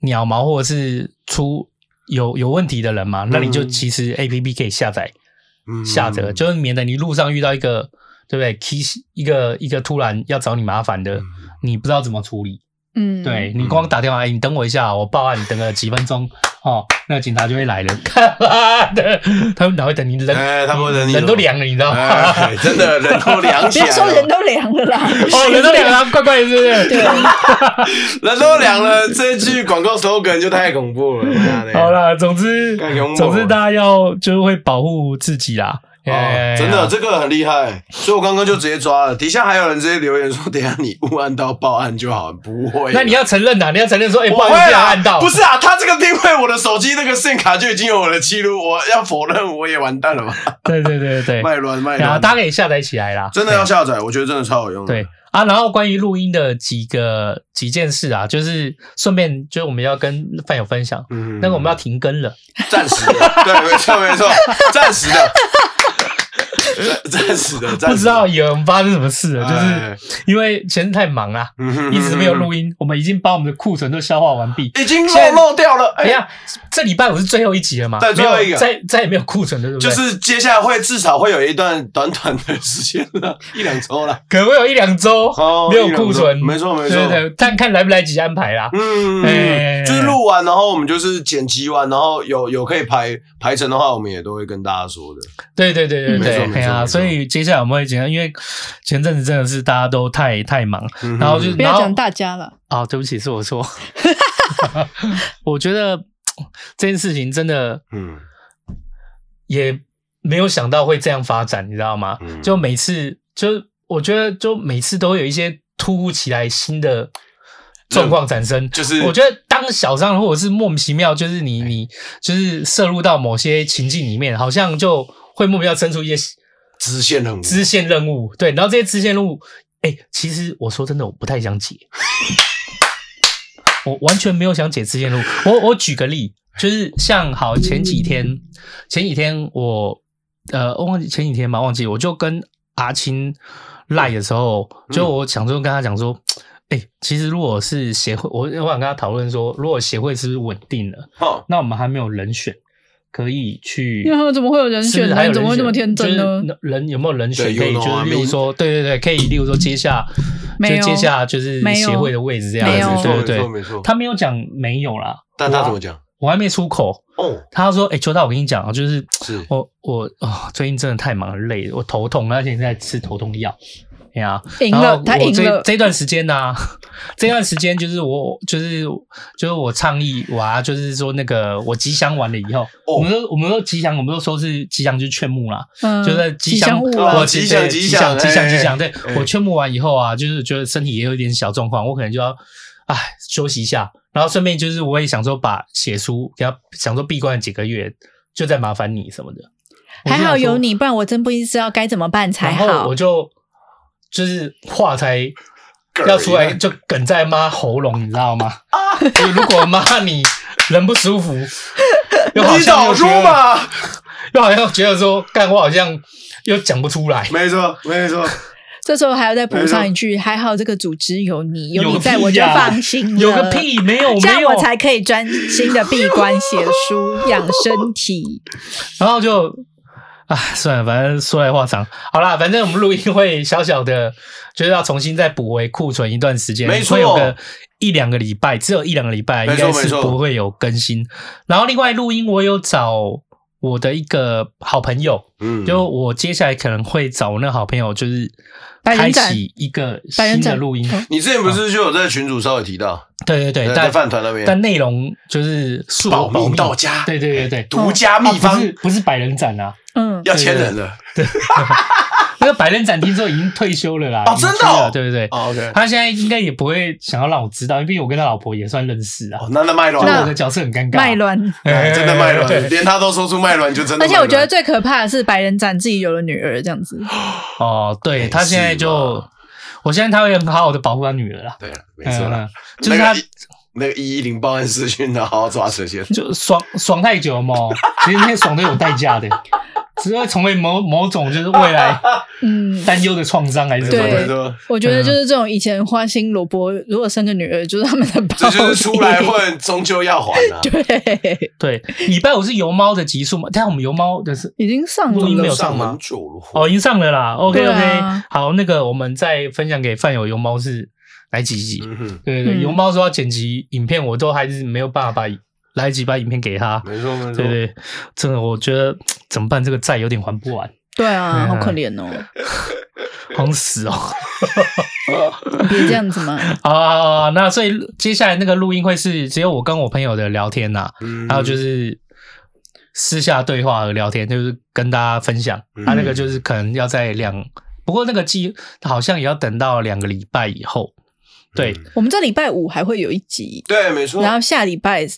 鸟毛或者是出有有问题的人嘛，那你就嗯其实 A P P 可以下载嗯下着，就是免得你路上遇到一个对不对，kiss 一个一个突然要找你麻烦嗯的，你不知道怎么处理。嗯，对你光打电话，哎，你等我一下，我报案，你等个几分钟，哦，那个警察就会 来了，干嘛的？他们哪会等你人？哎他们会等你人都凉了，你知道吗？哎，真的人都凉不起来要了，说人都凉了啦， 哦，人都凉了，怪怪的，是不是？对，人都凉了，这句广告 slogan 就太恐怖了。妈的好，啦，总之干幽默总之大家要就是会保护自己啦。哎哦真的，这个很厉害，所以我刚刚就直接抓了。底下还有人直接留言说：“等一下你误按到报案就好，不会。”那你要承认呐，你要承认说，哎，我不好意会思，啦按到不是啊，他这个定位我的手机那个 SIM 卡就已经有我的记录，我要否认我也完蛋了吧？对对对对对，卖卵卖然后卵，大家可以下载起来啦。真的要下载，我觉得真的超有用的。对啊，然后关于录音的几个几件事啊，就是顺便就是我们要跟饭友分享，嗯，嗯那个我们要停更了，暂时的， 对，没错没错，暂时的，暂暂时的，暂时的不知道有人发生什么事了，哎嗯就是因为前阵太忙啦，一直没有录音，我们已经把我们的库存都消化完毕。已经现在漏漏掉了。等哎一呀，下，这礼拜五是最后一集了嘛？对最后一个没有再再也没有库存了，对不就对？是接下来会至少会有一段短短的时间了， 一两周了。可能会有一两周哦没有库存，一两周没错没错对对，对但看来不来得及安排啦。哎嗯，就是录完，然后我们就是剪辑完，然后有有可以排排成的话，我们也都会跟大家说的。对对对对嗯没错对，没错错啊，没错所以接下来我们会讲，因为前阵子真的是大家都太太忙，嗯哼然后就不要讲大家了，啊，对不起，是我错。 我觉得这件事情真的嗯也没有想到会这样发展，你知道吗？嗯就每次，就我觉得，就每次都会有一些突如其来新的状况产生。就是哎我觉得当小商人或者是莫名其妙，就是你你就是摄入到某些情境里面，好像就会莫名其妙生出一些支线任务，支线任务。对，然后这些支线任务，哎、其实我说真的，我不太想 解，我完全没有想解支线任务。我我举个例，就是像好前几天，前几天我呃我忘记前几天嘛，忘记我就跟阿青赖的时候，就嗯我想说跟他讲说。哎、其实如果是协会，我我想跟他讨论说，如果协会是不是稳定了，哦那我们还没有人选可以去。然后怎么会有人选是呢还有人你怎么会这么天真呢就是人有没有人选对可以？有啊就的话是例如说，对对对，可以，例如说接下，就没有接下就是没有协会的位置这样没有错子，对没错对对。没错。他没有讲没有啦，但他怎么讲？我还没出口。哦，他说：“哎、邱大，我跟你讲啊，就是是我我啊、最近真的太忙了累了，我头痛，而且在吃头痛药。哎呀、赢然了后，他我赢这了，这段时间呢、 这段时间就是我就是就是我倡议我啊，就是说那个我吉祥完了以后，哦我们都我们都吉祥，我们都说是吉祥就是劝募啦，嗯就在吉祥哦物啊我吉其实祥对吉吉祥吉哎祥吉祥。对哎我劝募完以后啊，就是觉得身体也有一点小状况，我可能就要唉休息一下，然后顺便就是我也想说把写书给他想说闭关几个月，就再麻烦你什么的。我就还好想说有你，不然我真不知道该怎么办才然后好我。就就是话才梗儿要出一啊来样就梗在妈喉咙，你知道吗？就如果妈你人不 舒服，又好你像早又觉说得，嘛，又好像觉得说干我好像又讲不出来，没错没错，这时候还要再补上一句：还好这个组织有你，哎有你在屁我就呀放心了。有个屁没有这样没有我，才可以专心的闭关写书、养身 体。然后就。唉，算了，反正说来话长。好啦，反正我们录音会小小的，就是要重新再补回库存一段时间，没错会有个一两个礼拜，只有一两个礼拜，没应错该是没错不会有更新。然后另外录音，我有找我的一个好朋友，嗯，就我接下来可能会找我那好朋友，就是百开人展启一个百人新的展录音。嗯你之前不是就有在群主稍微提到，呃对对对，在啊哎但在饭团那边但内容就是数保密到家，对对对对，独家秘啊方不是不是百人展啊，嗯，要签人了。那个百人展听说已经退休了啦。哦已经真的去了哦对对对，哦 OK，他现在应该也不会想要让我知道，因为我跟他老婆也算认识啊哦，，那那麦所以我的卵，角色很尴尬。卖 卵。哎真的麦对卵，连他都说出麦卵，就真的麦而且卵。我觉得最可怕的是白人展自己有了女儿这样 子，哦，对哎他现在是就嘛，我相信他会很好好的保护他女儿啦。对了，没错嗯了嗯，就是他那个那个一一零报案私讯的，好好抓蛇蝎。就爽爽太久 了嘛，其实那些爽都有代价的，只会成为某某种就是未 来嗯，担忧的创伤还是什么没对的。错，我觉嗯得就是这种以前花心萝卜，如果生个女儿，就是他们的报这应。就是出来混，终究要还啊。 对，对，礼拜五是油猫的集数嘛，但我们油猫的是已经上录音了没有上上吗很久了，哦，已经上了啦。OK 对 OK，、啊好，那个我们再分享给饭友油猫是哪几集？嗯哼，对对嗯对，油猫说要剪辑影片，我都还是没有办法把来几把影片给他。没错没错对。对，真的我觉得怎么办？这个债有点还不完，对嗯啊，好可怜哦，好像死哦。 别这样子嘛。啊，那所以接下来那个录音会是只有我跟我朋友的聊天呐、嗯还有就是私下对话和聊天，就是跟大家分享。他、嗯那个就是可能要在两，不过那个季好像也要等到两个礼拜以后。对，嗯我们这礼拜五还会有一集，对，没错。然后下礼拜才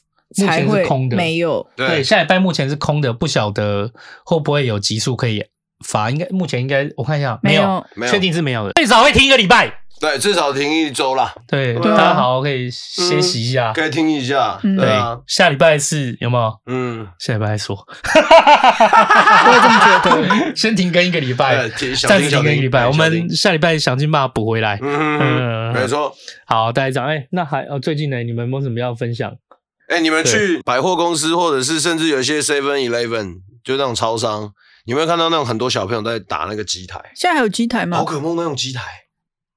目前会是空的没有。对，对，下礼拜目前是空的，不晓得会不会有集数可以发。应该目前应该我看一下，没有有没，有确定是没有的，最少会听一个礼拜。对，至少停一周啦，对，对大啊家好，可以歇息一下。可以听一下。嗯对啊对，，下礼拜是有没有？嗯，下礼拜再说， 我也这么觉得。先停更一个礼拜对，，停小暂停时停小停更一个礼拜，小我停们下礼拜想尽办法补回来。嗯嗯嗯，没错。好，大家讲，哎，那还呃，最近呢，你们有没有什么要分享？哎，你们对去百货公司，或者是甚至有一些 Seven Eleven，就那种超商，你有没有看到那种很多小朋友在打那个机台，现在还有机台宝吗？可梦那种机台？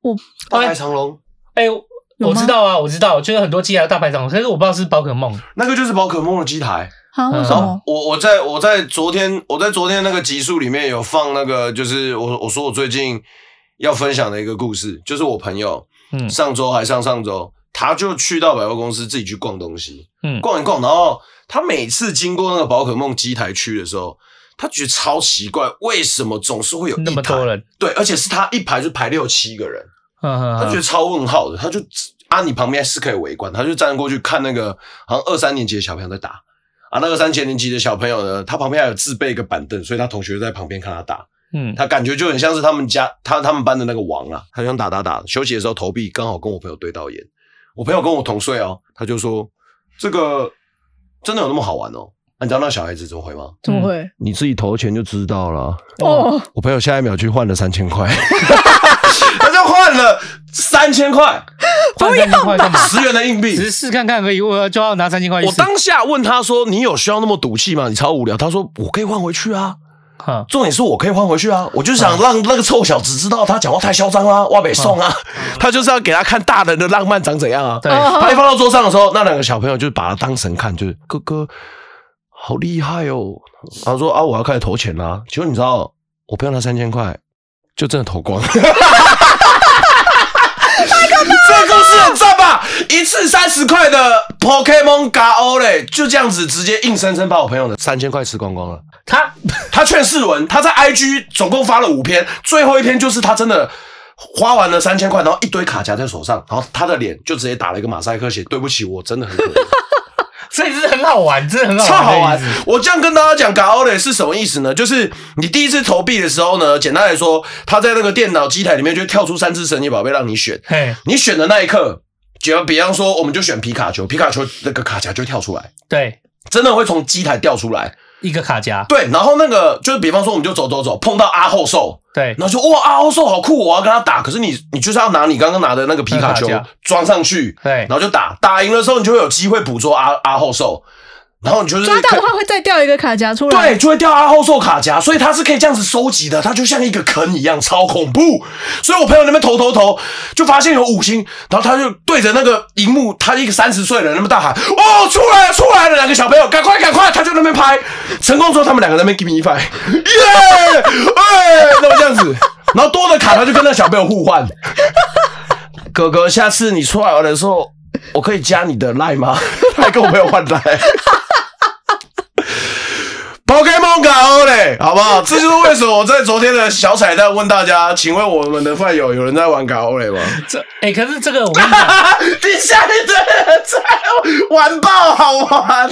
我大排长龙，哎，有我吗知道啊，我知道，就是很多机台大排长龙，可是我不知道是宝可梦，那个就是宝可梦的机台，啊？为嗯什然后么？我我在我在昨天我在昨天那个集数里面有放那个，就是我我说我最近要分享的一个故事，就是我朋友嗯上周还上上周，他就去到百货公司自己去逛东西，嗯逛一逛，然后他每次经过那个宝可梦机台区的时候，他觉得超奇怪，为什么总是会有一那么排多？人，对，而且是他一排就排六七个人，嗯嗯他觉得嗯超问号的，他就啊，你旁边是可以围观，他就站过去看那个好像二三年级的小朋友在打啊，那二三年级的小朋友呢，他旁边还有自备一个板凳，所以他同学在旁边看他打，嗯，他感觉就很像是他们家他他们班的那个王啊，他就想打打打，休息的时候投币刚好跟我朋友对到眼，我朋友跟我同岁哦，他就说这个真的有那么好玩哦？啊你知道那小孩子怎么回吗？怎么会？你自己投钱就知道了。哦，我朋友下一秒去换了三千块， 他就换了三千块不要吧十元的硬 只币是。试看看而已，我就要拿三千块去我试。当下问他说：“你有需要那么赌气吗？你超无聊。”他说：“我可以换回去啊。哈，重点是我可以换回去啊。我就想让那个臭小子知道他讲话太嚣张啦，哇北宋啊，他就是要给他看大人的浪漫长怎样啊。对，他一放到桌上的时候，那两个小朋友就把他当神看，就是哥哥好厉害哦。他说啊，我要开始投钱啦、结果你知道，我朋友那三千块就真的投光。这故事很赞吧？一次三十块的 Pokemon g o 嘞，就这样子直接硬生生把我朋友的三千块吃光光了。他他劝世文，他在 IG 总共发了五篇，最后一篇就是他真的花完了三千块，然后一堆卡夹在手上，然后他的脸就直接打了一个马赛克，写对不起，我真的很可怜，所以是很好玩，真的很好超玩，好玩。我这样跟大家讲 g a o l 是什么意思呢？就是你第一次投币的时候呢，简单来说，他在那个电脑机台里面就会跳出三只神奇宝贝让你选，嘿，你选的那一刻，就比方说我们就选皮卡丘，皮卡丘那个卡夹就会跳出来，对，真的会从机台掉出来。一个卡夹，对，然后那个就是比方说我们就走走走，碰到阿后兽。对，然后就哇，阿欧兽好酷，我要跟他打。可是你，你就是要拿你刚刚拿的那个皮卡丘那个卡夹装上去，对然后就打。打赢的时候，你就会有机会捕捉阿阿后兽，然后你就是抓到可的话会再掉一个卡夹出来。对，就会掉阿后兽卡夹，所以它是可以这样子收集的，它就像一个坑一样，超恐怖。所以我朋友那边投投投，就发现有五星，然后他就对着那个荧幕，他一个三十岁的人那么大喊：“哦，出来了，出来了！”两个小朋友，赶快，赶快！他就那边拍，成功之后，他们两个在那边 give me five，耶，哎，那么这样子，然后多的卡他就跟那小朋友互换。哥哥，下次你出来玩的时候，我可以加你的 line 吗？ 他还跟我朋友换 line。Pokemon Go 嘞，好不好？这就是为什么我在昨天的小彩蛋问大家，请问我们的饭友有人在玩 Go 嘞吗？这哎，可是这个我跟你讲，底下一堆人在玩爆，好玩。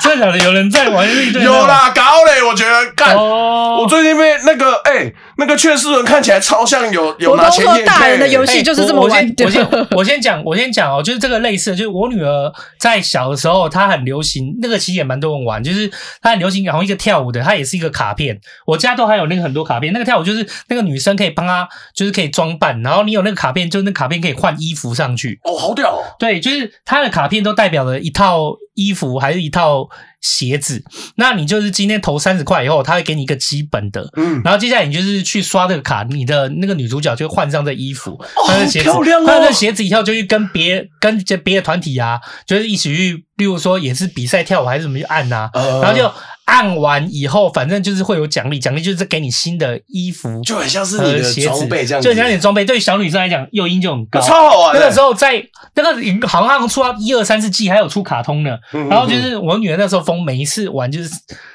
真的假的有人在玩，一堆人在玩 有，啦，Go 嘞，我觉得干。哦，我最近被那个哎、那个确实人看起来超像有有拿钱我都验说大人的游戏，戏哎就是这么我我玩先的我先我先讲，我先讲哦，就是这个类似的，就是我女儿在小的时候，她很流行那个，其实也蛮多人玩，就是她很流行，然后一个跳舞的，她也是一个卡片，我家都还有那个很多卡片，那个跳舞就是那个女生可以帮她，就是可以装扮，然后你有那个卡片，就那卡片可以换衣服上去。哦，好屌、哦！对，就是它的卡片都代表了一套衣服，还是一套鞋子。那你就是今天投三十块以后，他会给你一个基本的，嗯，然后接下来你就是去刷这个卡，你的那个女主角就换上这衣服，换上鞋子，好漂亮哦换上鞋子以后就去跟别跟别的团体啊，就是一起去，例如说也是比赛跳舞还是什么去按啊，呃然后就按完以后，反正就是会有奖励，奖励就是给你新的衣服，就很像是呃你的鞋子装备这样子，就很像你的装备。对于小女生来讲，诱因就很高，超好玩的、那个时候在那个好像出到一二三四季，还有出卡通的。嗯，然后就是我女儿那时候疯，每一次玩就是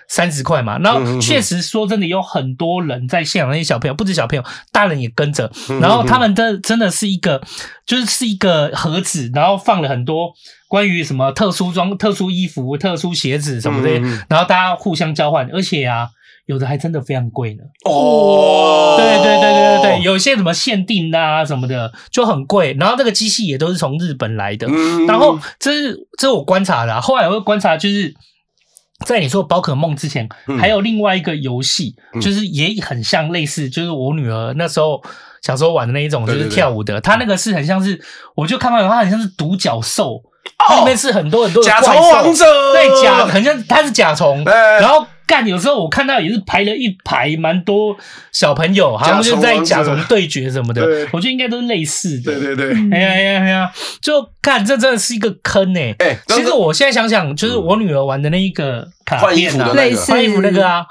三十块嘛。然嗯嗯后嗯确实说真的，有很多人在现场，那些小朋友不止小朋友，大人也跟着。嗯然后他们的真的是一个，就是是一个盒子，然后放了很多关于什么特殊装、特殊衣服、特殊鞋子什么的嗯嗯嗯，然后大家互相交换，而且啊。有的还真的非常贵呢，哦，对对对对对对，有一些什么限定啊什么的就很贵，然后这个机器也都是从日本来的，嗯然后这是这是我观察的、啊，后来我会观察就是。在你说宝可梦之前，嗯还有另外一个游戏，嗯就是也很像类似，就是我女儿那时候小时候玩的那一种，就对是对对跳舞的。她那个是很像是，我就看到它很像是独角兽，它哦 里面是很多很多的甲怪虫兽王者，对甲，很像它是甲虫，哎然后干，有时候我看到也是排了一排，蛮多小朋友，好像就在讲什么对决什么的对，我觉得应该都是类似的。对对对，嗯哎呀哎呀哎呀！就干，这真的是一个坑哎、哎刚刚其实我现在想想，就是我女儿玩的那一个卡换衣片服的啊，那类个似，换衣服那个啊，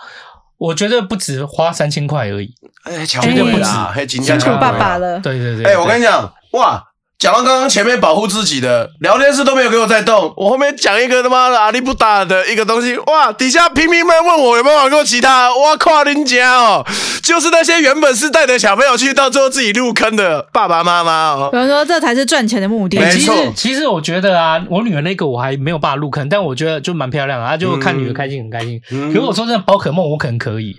我觉得不止花三千块而已。哎，巧哎对啦，嘿，金辛家苦巧爸慧爸啦。了。对对对，哎，我跟你讲，哇。讲到刚刚前面保护自己的聊天室都没有给我在动，我后面讲一个他妈的阿力不打的一个东西，哇！底下拼命们问我有没有玩过其他，哇靠人家哦，就是那些原本是带着小朋友去，到最后自己入坑的爸爸妈妈哦有，人说这才是赚钱的目的，没其实错其实我觉得啊，我女儿那个我还没有办法入坑，但我觉得就蛮漂亮的，啊，就看女儿开心很开心。嗯如果说真的宝可梦，我可能可以。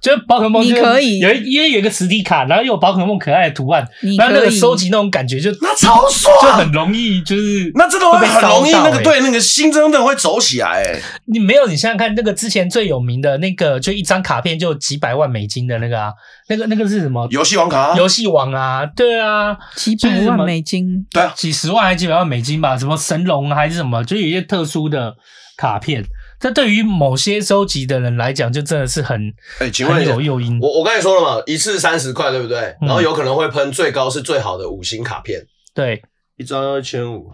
就是宝可梦你就是可以有一因为有一个实体卡，然后又有宝可梦可爱的图案你，然后那可个以收集那种感觉就那超爽，就很容易，就是那真的会被很烧到容易那个欸对那个心真的会走起来、欸，你没有，你想想看，那个之前最有名的那个，就一张卡片就几百万美金的那个啊，那个那个是什么？游戏王卡，游戏王啊，对啊，几就是百什么万美金，对啊，几十万还几百万美金吧，什么神龙还是什么，就有一些特殊的卡片。这对于某些收集的人来讲，就真的是很哎、请问很一有下。诱因。我我刚才说了嘛，一次三十块，对不对？嗯然后有可能会喷最高是最好的五星卡片，对，一张要一千五。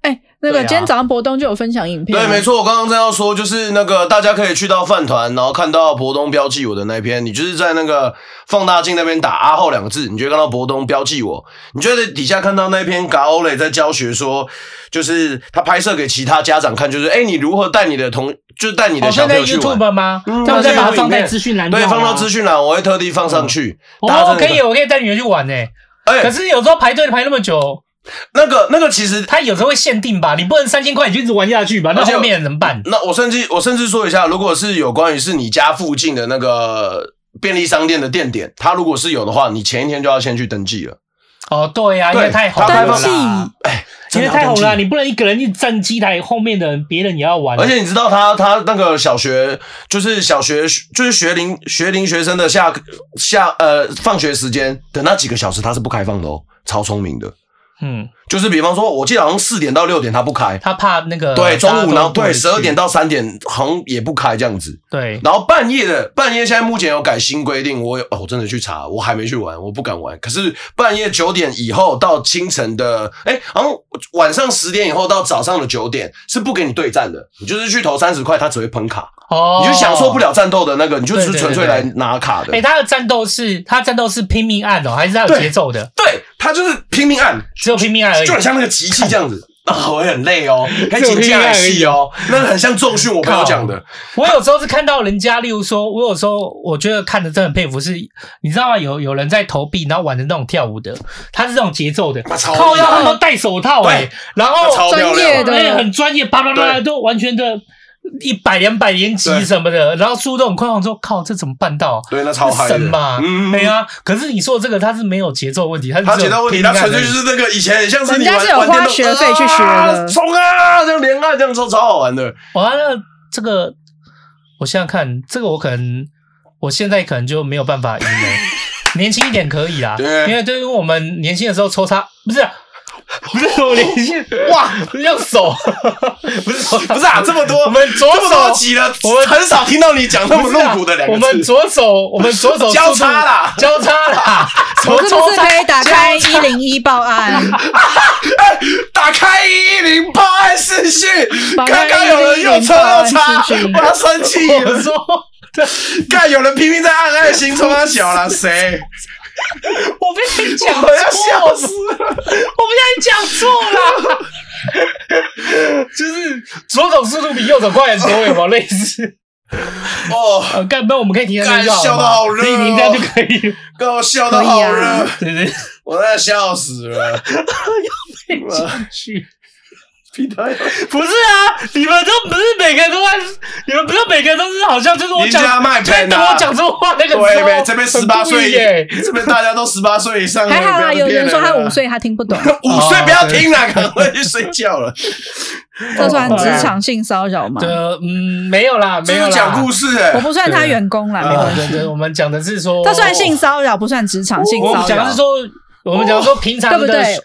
哎，那个对啊今天早上博东就有分享影片啊，对，没错，我刚刚正要说，就是那个大家可以去到饭团，然后看到博东标记我的那篇，你就是在那个放大镜那边打阿后两个字，你就会看到博东标记我，你就在底下看到那篇嘎欧磊在教学说，就是他拍摄给其他家长看，就是哎、你如何带你的同，就是带你哦，的小现朋在友去玩。 YouTube 吗？嗯他们再把它放那在个资讯栏，啊对，放到资。讯栏，我会特地放上去。大家哦，真的可以，我可以带女儿去玩呢。哎、可是有时候排队排那么久，那个那个其实，他有时候会限定吧，你不能三千块你就一直玩下去吧，那而且后面怎么办？那我甚至我甚至说一下，如果是有关于是你家附近的那个便利商店的店点，它如果是有的话，你前一天就要先去登记了。哦，对呀、因为对太红他了开登放哎记真啦，因的为要太红了，登记你不能一个人一站机台，后面的人别人也要玩。啊而且你知道他他那个小学就是小学就是学龄学龄学生的下下呃放学时间的那几个小时，他是不开放的哦，超聪明的。嗯，就是比方说，我记得好像四点到六点他不开，他怕那个对，中呃大家午都然后不会对去十二点到三点好像也不开这样子。对，然后半夜的半夜，现在目前有改新规定，我有哦，我真的去查，我还没去玩，我不敢玩。可是半夜九点以后到清晨的，哎，好像晚上十点以后到早上的九点是不给你对战的，你就是去投三十块，他只会喷卡，哦，你就享受不。了战斗的那个，你就对是对纯粹对来对拿卡的。哎、他的战斗是，他战斗是拼命按哦，还是他有对节奏的？对他就是拼命按，只有拼命按而已就。很像那个集气这样子。 啊，我也很累 哦，还哎就请拼命假按而已戏哦，那很像重训我朋友靠讲的，我有时候是看到人家，例如说，我有时候我觉得看的真的很佩服是，你知道吗？有有人在投币，然后玩的那种跳舞的，他是这种节奏的，那超靠，厉害要他们戴手套哎、对然那后超漂专亮的。业的对，很专业，叭叭叭对都完全的，一百两百连击对什么的，然后出动快，我说靠，这怎么办到？对那超嗨的神嘛，嗯对啊。可是你说这个，它是没有节奏问题，它是他只有觉得问题，拼他按纯粹而已就是那个以前很像是你人家玩是有玩电花动学费去学的啊冲啊，这样连按这样超超好玩 的。哇，那这个我想想看，这个我可能我现在可能就没有办法赢了。 年轻一点可以啦，对因为对于我们年轻的时候抽插不是啊、不是我年轻哇，用 手不是手不是啊，这么多我们左这么多手集了，我们很少听到你讲那么不是啊露骨的两我个们字。左手，我们左手 交叉啦速度交叉 啦，什么是交不是叉可以打开一零一报案？打开一零八二视讯，打刚开刚有人又抽又插， 108我要生气了。我说，看有人拼命在按爱心，冲他小 了，谁？我被你讲错我了，要笑死了。我不小心讲 错了，就是左手速度比右手快很多，有没有类似？哦，呃，干，不然我们可以停在那就好了嘛，干笑得好热哦可以停在就可以了。刚我笑的好可以热啊， 对对，我在笑死 了。对进去。皮特，不是啊，你们都不是每个人都在，你们不是每个人都是好像就是我人家讲，卖就是喷等啊我讲这话那个时候，对呗，这边十八很故岁意耶，这边大家都十八岁以上了，还好啦，啊不要再有骗人说他了五，岁，他听不懂，五哦岁不要听了， 赶快去睡觉了。这算职场性骚扰吗？呃，嗯，没有啦，没这有啦是讲故事啊哎 我，不算他员工啦，没对啊关系。对对，我们讲的是说，这算性骚扰，不算职场性我们骚讲的扰是。说，我们讲的说平常对不的对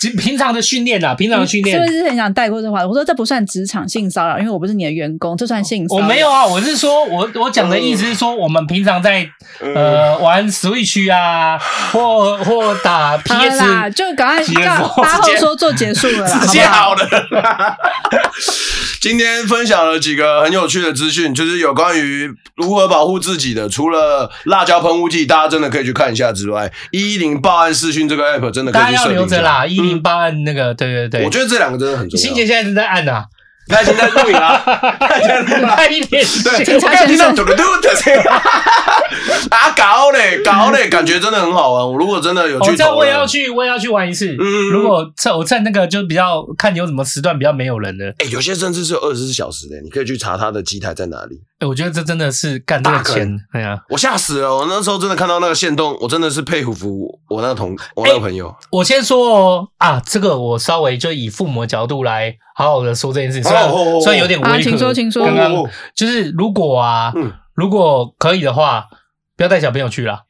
其实平常的训练啦，平常的训是练不。是很想带过这话？我说这不算职场性骚扰，因为我不是你的员工，这算性骚我扰。没有啊，我是说，我我讲的意思是说，我们平常在嗯呃玩 Switch 啊，或或打好了 PS，啦，就赶快直接大说大直后接说做结束了啦，直接好好了。 今天分享了几个很有趣的资讯，就是有关于如何保护自己的。除了辣椒喷雾剂，大家真的可以去看一下之外，一一零报案视讯这个 app 真的可大以家去要设定留一下嗯着。啦。一零八按那个，对对对，我觉得这两个真的很重欣姐要。现在正在 按啊，他已经在录影 了，他已经在录影了。快一点，啊对，我刚才听到嘟嘟嘟的声音，啊搞嘞搞嘞，感觉真的很好玩。我如果真的有哦，去这样投我也要了，去，我也要去玩一次。嗯如果趁我趁那个就比较看有什么时段比较没有人的，哎，有些甚至是有二十四小时的，你可以去查他的机台在哪里。哎，我觉得这真的是干这大个坑钱，哎呀，我吓死了，我那时候真的看到那个线动，我真的是佩服我那个同我那个朋友。我先说哦啊，这个我稍微就以父母的角度来好好的说这件事，情，虽然哦哦哦虽然有点微啊可，请说请说刚刚哦哦哦就是如果啊，嗯，如果可以的话，不要带小朋友去啦，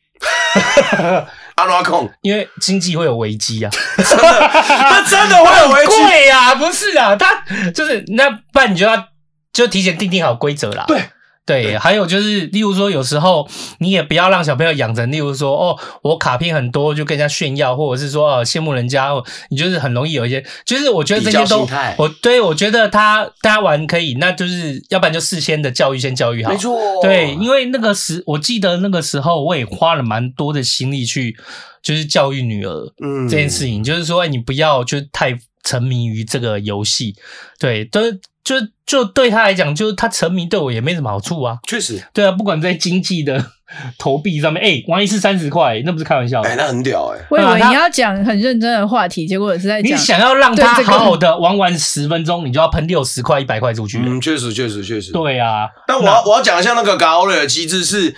阿拉控，因为经济会有危机啊。那真的会有危机。贵啊，不是啊，他就是那，不然你就要就提前定定好规则啦。对。对，还有就是，例如说，有时候你也不要让小朋友养成，例如说，哦，我卡片很多，就跟人家炫耀，或者是说，哦，羡慕人家，哦你就是很容易有一些，就是我觉得这些比较都心态，我对我觉得他大家玩可以，那就是要不然就事先的教育先教育好，没错，对，因为那个时，我记得那个时候我也花了蛮多的心力去，就是教育女儿嗯这件事情，就是说，哎，你不要就是太沉迷于这个游戏，对，都就就对她来讲，就是她沉迷对我也没什么好处啊，确实，对啊，不管在经济的 投币上面，哎，玩一次三十块，那不是开玩笑 的哎，那很屌哎。我以啊为他你要讲很认真的话题，结果是在你讲想要让她对这个好好的玩完十分钟，你就要喷六十块、一百块出去了。嗯，确实，确实，确实。对啊，但我要我要讲一下那个 g a o 的机制是，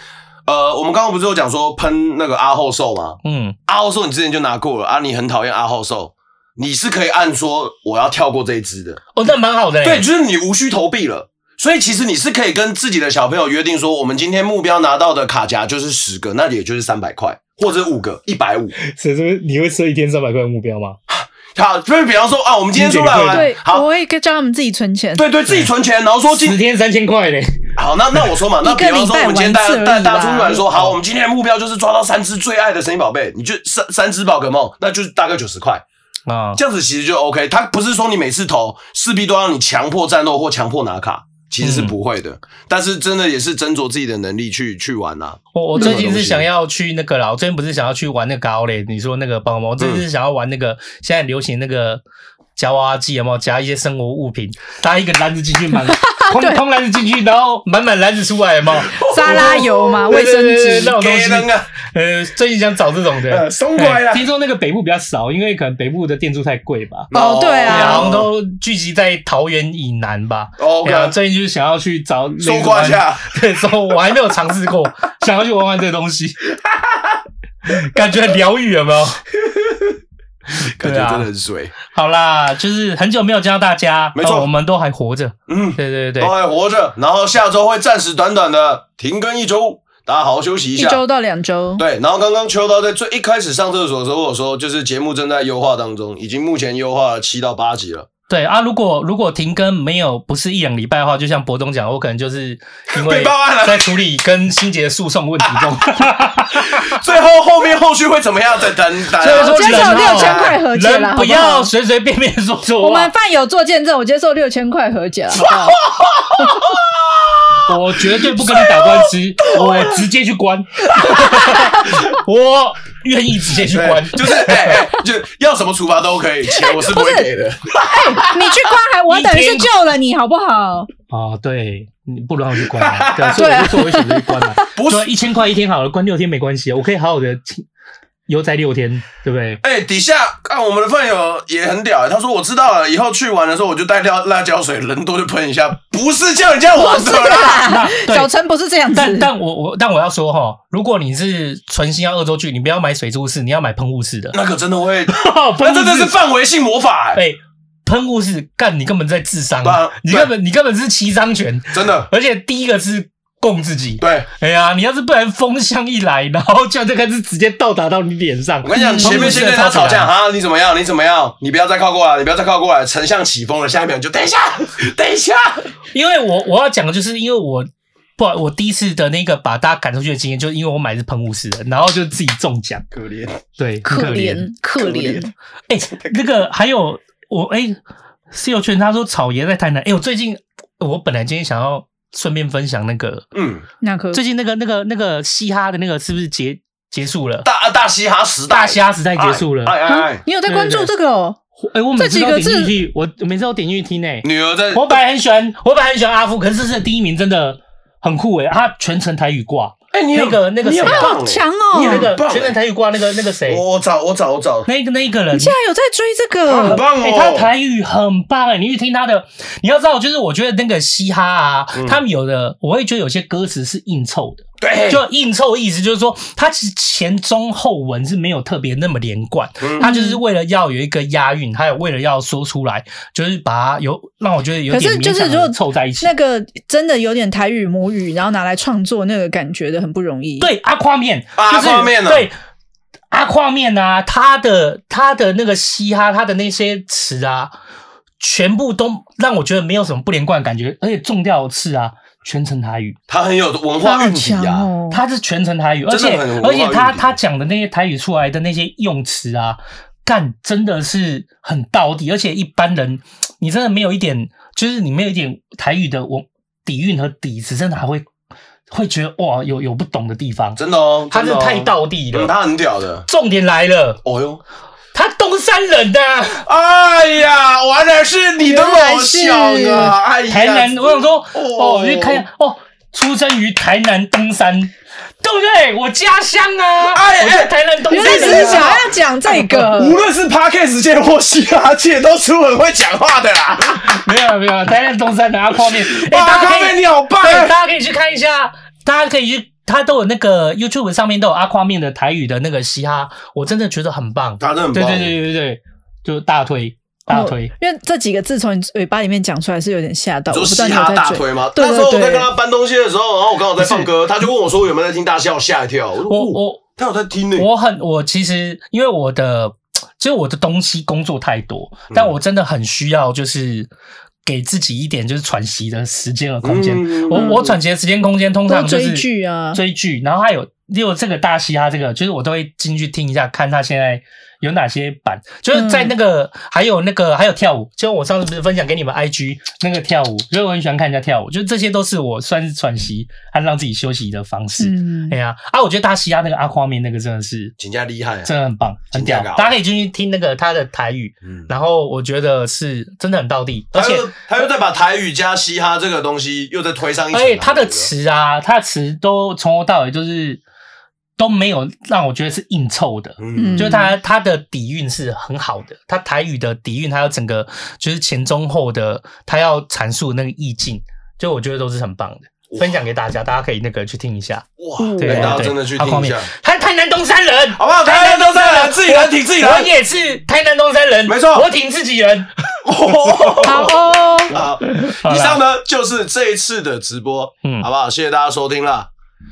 呃，我们刚刚不是有讲说喷那个阿后兽吗？嗯，阿后兽你之前就拿过了啊，你很讨厌阿后兽，你是可以按说我要跳过这一只的，哦，那蛮好的、欸，对，就是你无需投币了。所以其实你是可以跟自己的小朋友约定说，我们今天目标拿到的卡夹就是十个，那也就是三百块，或者五个一百五。是是你会设一天三百块的目标吗？好，就是比方说啊，我们今天出来玩，对，我好，会叫他们自己存钱。对对，自己存钱，然后说今十天三千块嘞，好，那那我说嘛，那比方说我们今天带带大出来说，好，我们今天的目标就是抓到三只最爱的神奇宝贝，你就三三只宝可梦，那就是大概九十块，啊、这样子其实就 OK。他不是说你每次投势必都让你强迫战斗或强迫拿卡，其实嗯是不会的，但是真的也是斟酌自己的能力去去玩啊啦、我嗯我这最个近东是西想要去那个啦，我最近不是想要去玩那个高嘞？你说那个帮忙，我最嗯近是想要玩那个、现在流行那个夹娃娃机，有没有夹一些生活物品，搭一个篮子进 去满，空空篮子进去，然后满满篮子出来，有没有？沙拉油嘛，哦对卫生对对对纸那。种东给西人啊，呃，最近想找这种的，呃松快啦哎听说那个北部比较少，因为可能北部的店租太贵吧。哦对啊好像都聚集在桃园以南吧。 OK 对啊最近就是想要去找松快一下，对，说我还没有尝试过，想要去玩玩这个东西，感觉很疗愈，有没有？感啊觉真的很水，好啦，就是很久没有见到大家，没错哦我们都还活着。嗯，对对对都对，还活着。然后下周会暂时短短的停更一周，大家好好休息一一下。周到两周，对，然后刚刚秋刀在最一开始上厕所的时候，我说就是节目正在优化当中，已经目前优化了七到八集了，对啊！如果如果停更没有不是一两礼拜的话，就像博东讲，我可能就是因为被报案了在处理跟心杰诉讼问题 中。最后后面后续会怎么样？再等大所以家说我接受人六千块和解啦人好不不好要随随便便说错话。我们饭友做见证，我接受六千块和解了，好不好？我绝对不跟你打官 司，我直接去关，我愿意直接去关对，。就是哎哎，就要什么处罚都可以，钱我是不会给的。你去关还我等于是救了你，好不好？啊，对，你不能让我去关 啊，对啊，所以我就做我选择去关了。不是对啊，一千块一天好了，关六天没关系，啊我可以好好的悠哉六天，对不对？哎，底下看我们的饭友也很屌，他说我知道了，以后去玩的时候我就带料辣椒水，人多就喷一下，不是叫人家玩的啦。那 对小陈不是这样子，但但我我但我要说哈，如果你是存心要恶作剧，你不要买水柱式，你要买喷雾 。式的那个真的会，那那真的是范围性魔法，哎哎，喷雾式干，你根本在智商对啊，你对根本你根本是七伤拳，真的。而且第一个是供自己。对，哎呀，你要是不然风向一来，然后就这个是直接到达到你脸上。嗯我跟你讲，前面先跟他吵啊架，哈，你怎么样？你怎么样？你不要再靠过来，你不要再靠过来。丞相起风了，下一秒你就等一下， 等一下。因为我我要讲的就是，因为我不好，我第一次的那个把大家赶出去的经验，就是因为我买的是喷雾式的，然后就自己中奖，可怜，对，很可怜。怜可怜怜，哎、那个还有我哎，室友圈他说草爷在台南，哎、我最近我本来今天想要顺便分享那个嗯，那可最近那个那个那个嘻哈的那个是不是结结束了？大大嘻哈时代，大嘻哈时代结束了。哎哎啊哎，你有在关注对这对个哦？哎、我每这次几都个点进字去，我我每次都点进去听哎、女儿在我本来很喜欢，我本来很喜欢阿富，可是这次的第一名真的很酷哎、他全程台语挂，哎，你那个那个你很谁啊棒好哎强你那哦！个很棒哦全程台语挂那个那个谁，我我找我找我找，那个那一个人你。竟然有在追这他很个？棒哎、哦，他台语很棒哎、你去听他的，你要知道，就是我觉得那个嘻哈啊，嗯他们有的我会觉得有些歌词是硬凑的，对，就硬凑的意思就是说，它其实前中后文是没有特别那么连贯，嗯它就是为了要有一个押韵，还有为了要说出来，就是把它有让我觉得有可点是就勉是强如果地凑在一起那。个真的有点台语母语，然后拿来创作那个感觉的很不容易。，对阿夸面，啊就是阿夸面啊对阿夸面啊，他的他的那个嘻哈，他的那些词啊，全部都让我觉得没有什么不连贯的感觉，而且重调次啊，全程台语，他很有文他化好韵体强啊。哦！他是全程台语，而真的且很有文化而且他韵底他讲的那些台语出来的那些用词啊，干真的是很到底，而且一般人你真的没有一点，就是你没有一点台语的我底蕴和底子，真的还会会觉得哇，有有不懂的地方，真的哦，他是真的哦太到底嗯了。他很屌的。重点来了，哦哟，他东山人啊的哎呀，完了是你的偶像原啊！哎呀，台南，我想说，哦哦，我就看一下，哦，出生于台南东山，对不对？我家乡啊，哎哎我在台南东原来山只人是啊想要讲这无个，论是 podcast 界或嘻哈界，都出很会讲话的啦。没有没有，台南东山的阿泡面，哎、哇，大家咖可啡以，你好棒！对，大家可以去看一下，大家可以去，他都有那个 YouTube 上面都有阿夸面的台语的那个嘻哈，我真的觉得很棒，他真的很对棒对对对对，就大推大推。哦因为这几个字从你嘴巴里面讲出来是有点吓到，我你不说知嘻道哈你有在大追。推吗？对对那时候我在对跟他搬东西的时候，然后我刚好在放歌，他就问我说我有没有在听大笑，吓一跳。我我说哦我他有在听呢。我很我其实因为我的就是我的东西工作太多，嗯但我真的很需要就是。给自己一点就是喘息的时间和空间。嗯我我喘息的时间空间通常就是多追剧啊追剧，然后还有例如这个大嘻哈这个，就是我都会进去听一下，看他现在有哪些版，就是在嗯那个、还有那个还有跳舞，就我上次不是分享给你们 IG 那个跳舞，所以我很喜欢看人家跳舞，就这些都是我算是喘息和让自己休息的方式。嗯哎，呀，啊，我觉得大西亚那个阿夸面那个真的是请假厉害啊！真的很棒，很屌真的，啊大家可以进去听那个他的台语，嗯然后我觉得是真的很到地，而他且又他又在把台语加嘻哈这个东西又再推上一层而啊。哎且他我的觉得词啊，他的词都从头到尾就是都没有让我觉得是硬凑的。嗯嗯就是他他的底蕴是很好的，他台语的底蕴，还有整个就是前中后的，他要阐述的那个意境，就我觉得都是很棒的，哇分享给大家，大家可以那个去听一下。哇，对哎对，大家对真的去阿听夸一面下。 他台南东山人，好不好？台南都在了，自己人挺自己人我。也是台南东山人，没错我挺自己人。好哦，好，好啦 以上呢就是这一次的直播，嗯好不好？谢谢大家收听啦。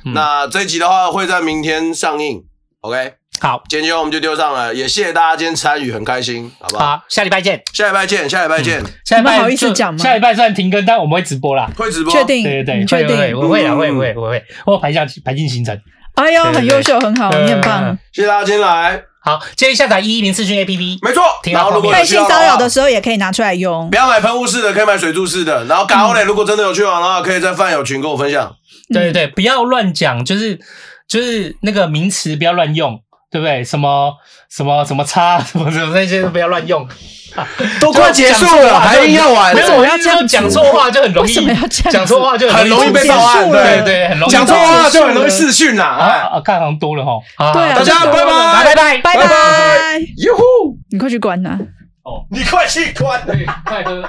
嗯那这一集的话会在明天上映，OK？好，今天我们就丢上了，也谢谢大家今天参与，很开心，好不好？好，嗯下礼拜见。下礼拜见，下礼拜见，下礼你拜们好意思就讲吗下礼拜虽然停更，但我们会直播啦。会直播，确定？对对对，你确会会会定？我会啦，嗯会会我会，我有排下去排进行程。哎呦，对对呃很对优秀，很好，你很棒。。谢谢大家今天来，好，建议下载一一零四讯 APP。没错。挺然好后如果被有需性要骚的扰话的时候也可以拿出来用不。要买喷雾式的，可以买水柱式的。然后嘎欧蕾，如果真的有去玩的话，可以在饭友群跟我分享。嗯对对对，不要乱讲，就是就是那个名词不要乱用，对不对？什么什么什么叉， 什么什么那些都不要乱用。 都快结束了，还硬要玩没，有，我要这样子讲错话就很容易，为什么要这样子讲 错话就很容易被到报案，对对，很容易讲错到话就很容易视讯啦。啊哎啊，看好像多了哈。好对啊大家拜拜拜拜嗯拜。拜，哟呼，你快去关呐、哦，你快去关。对，快喝。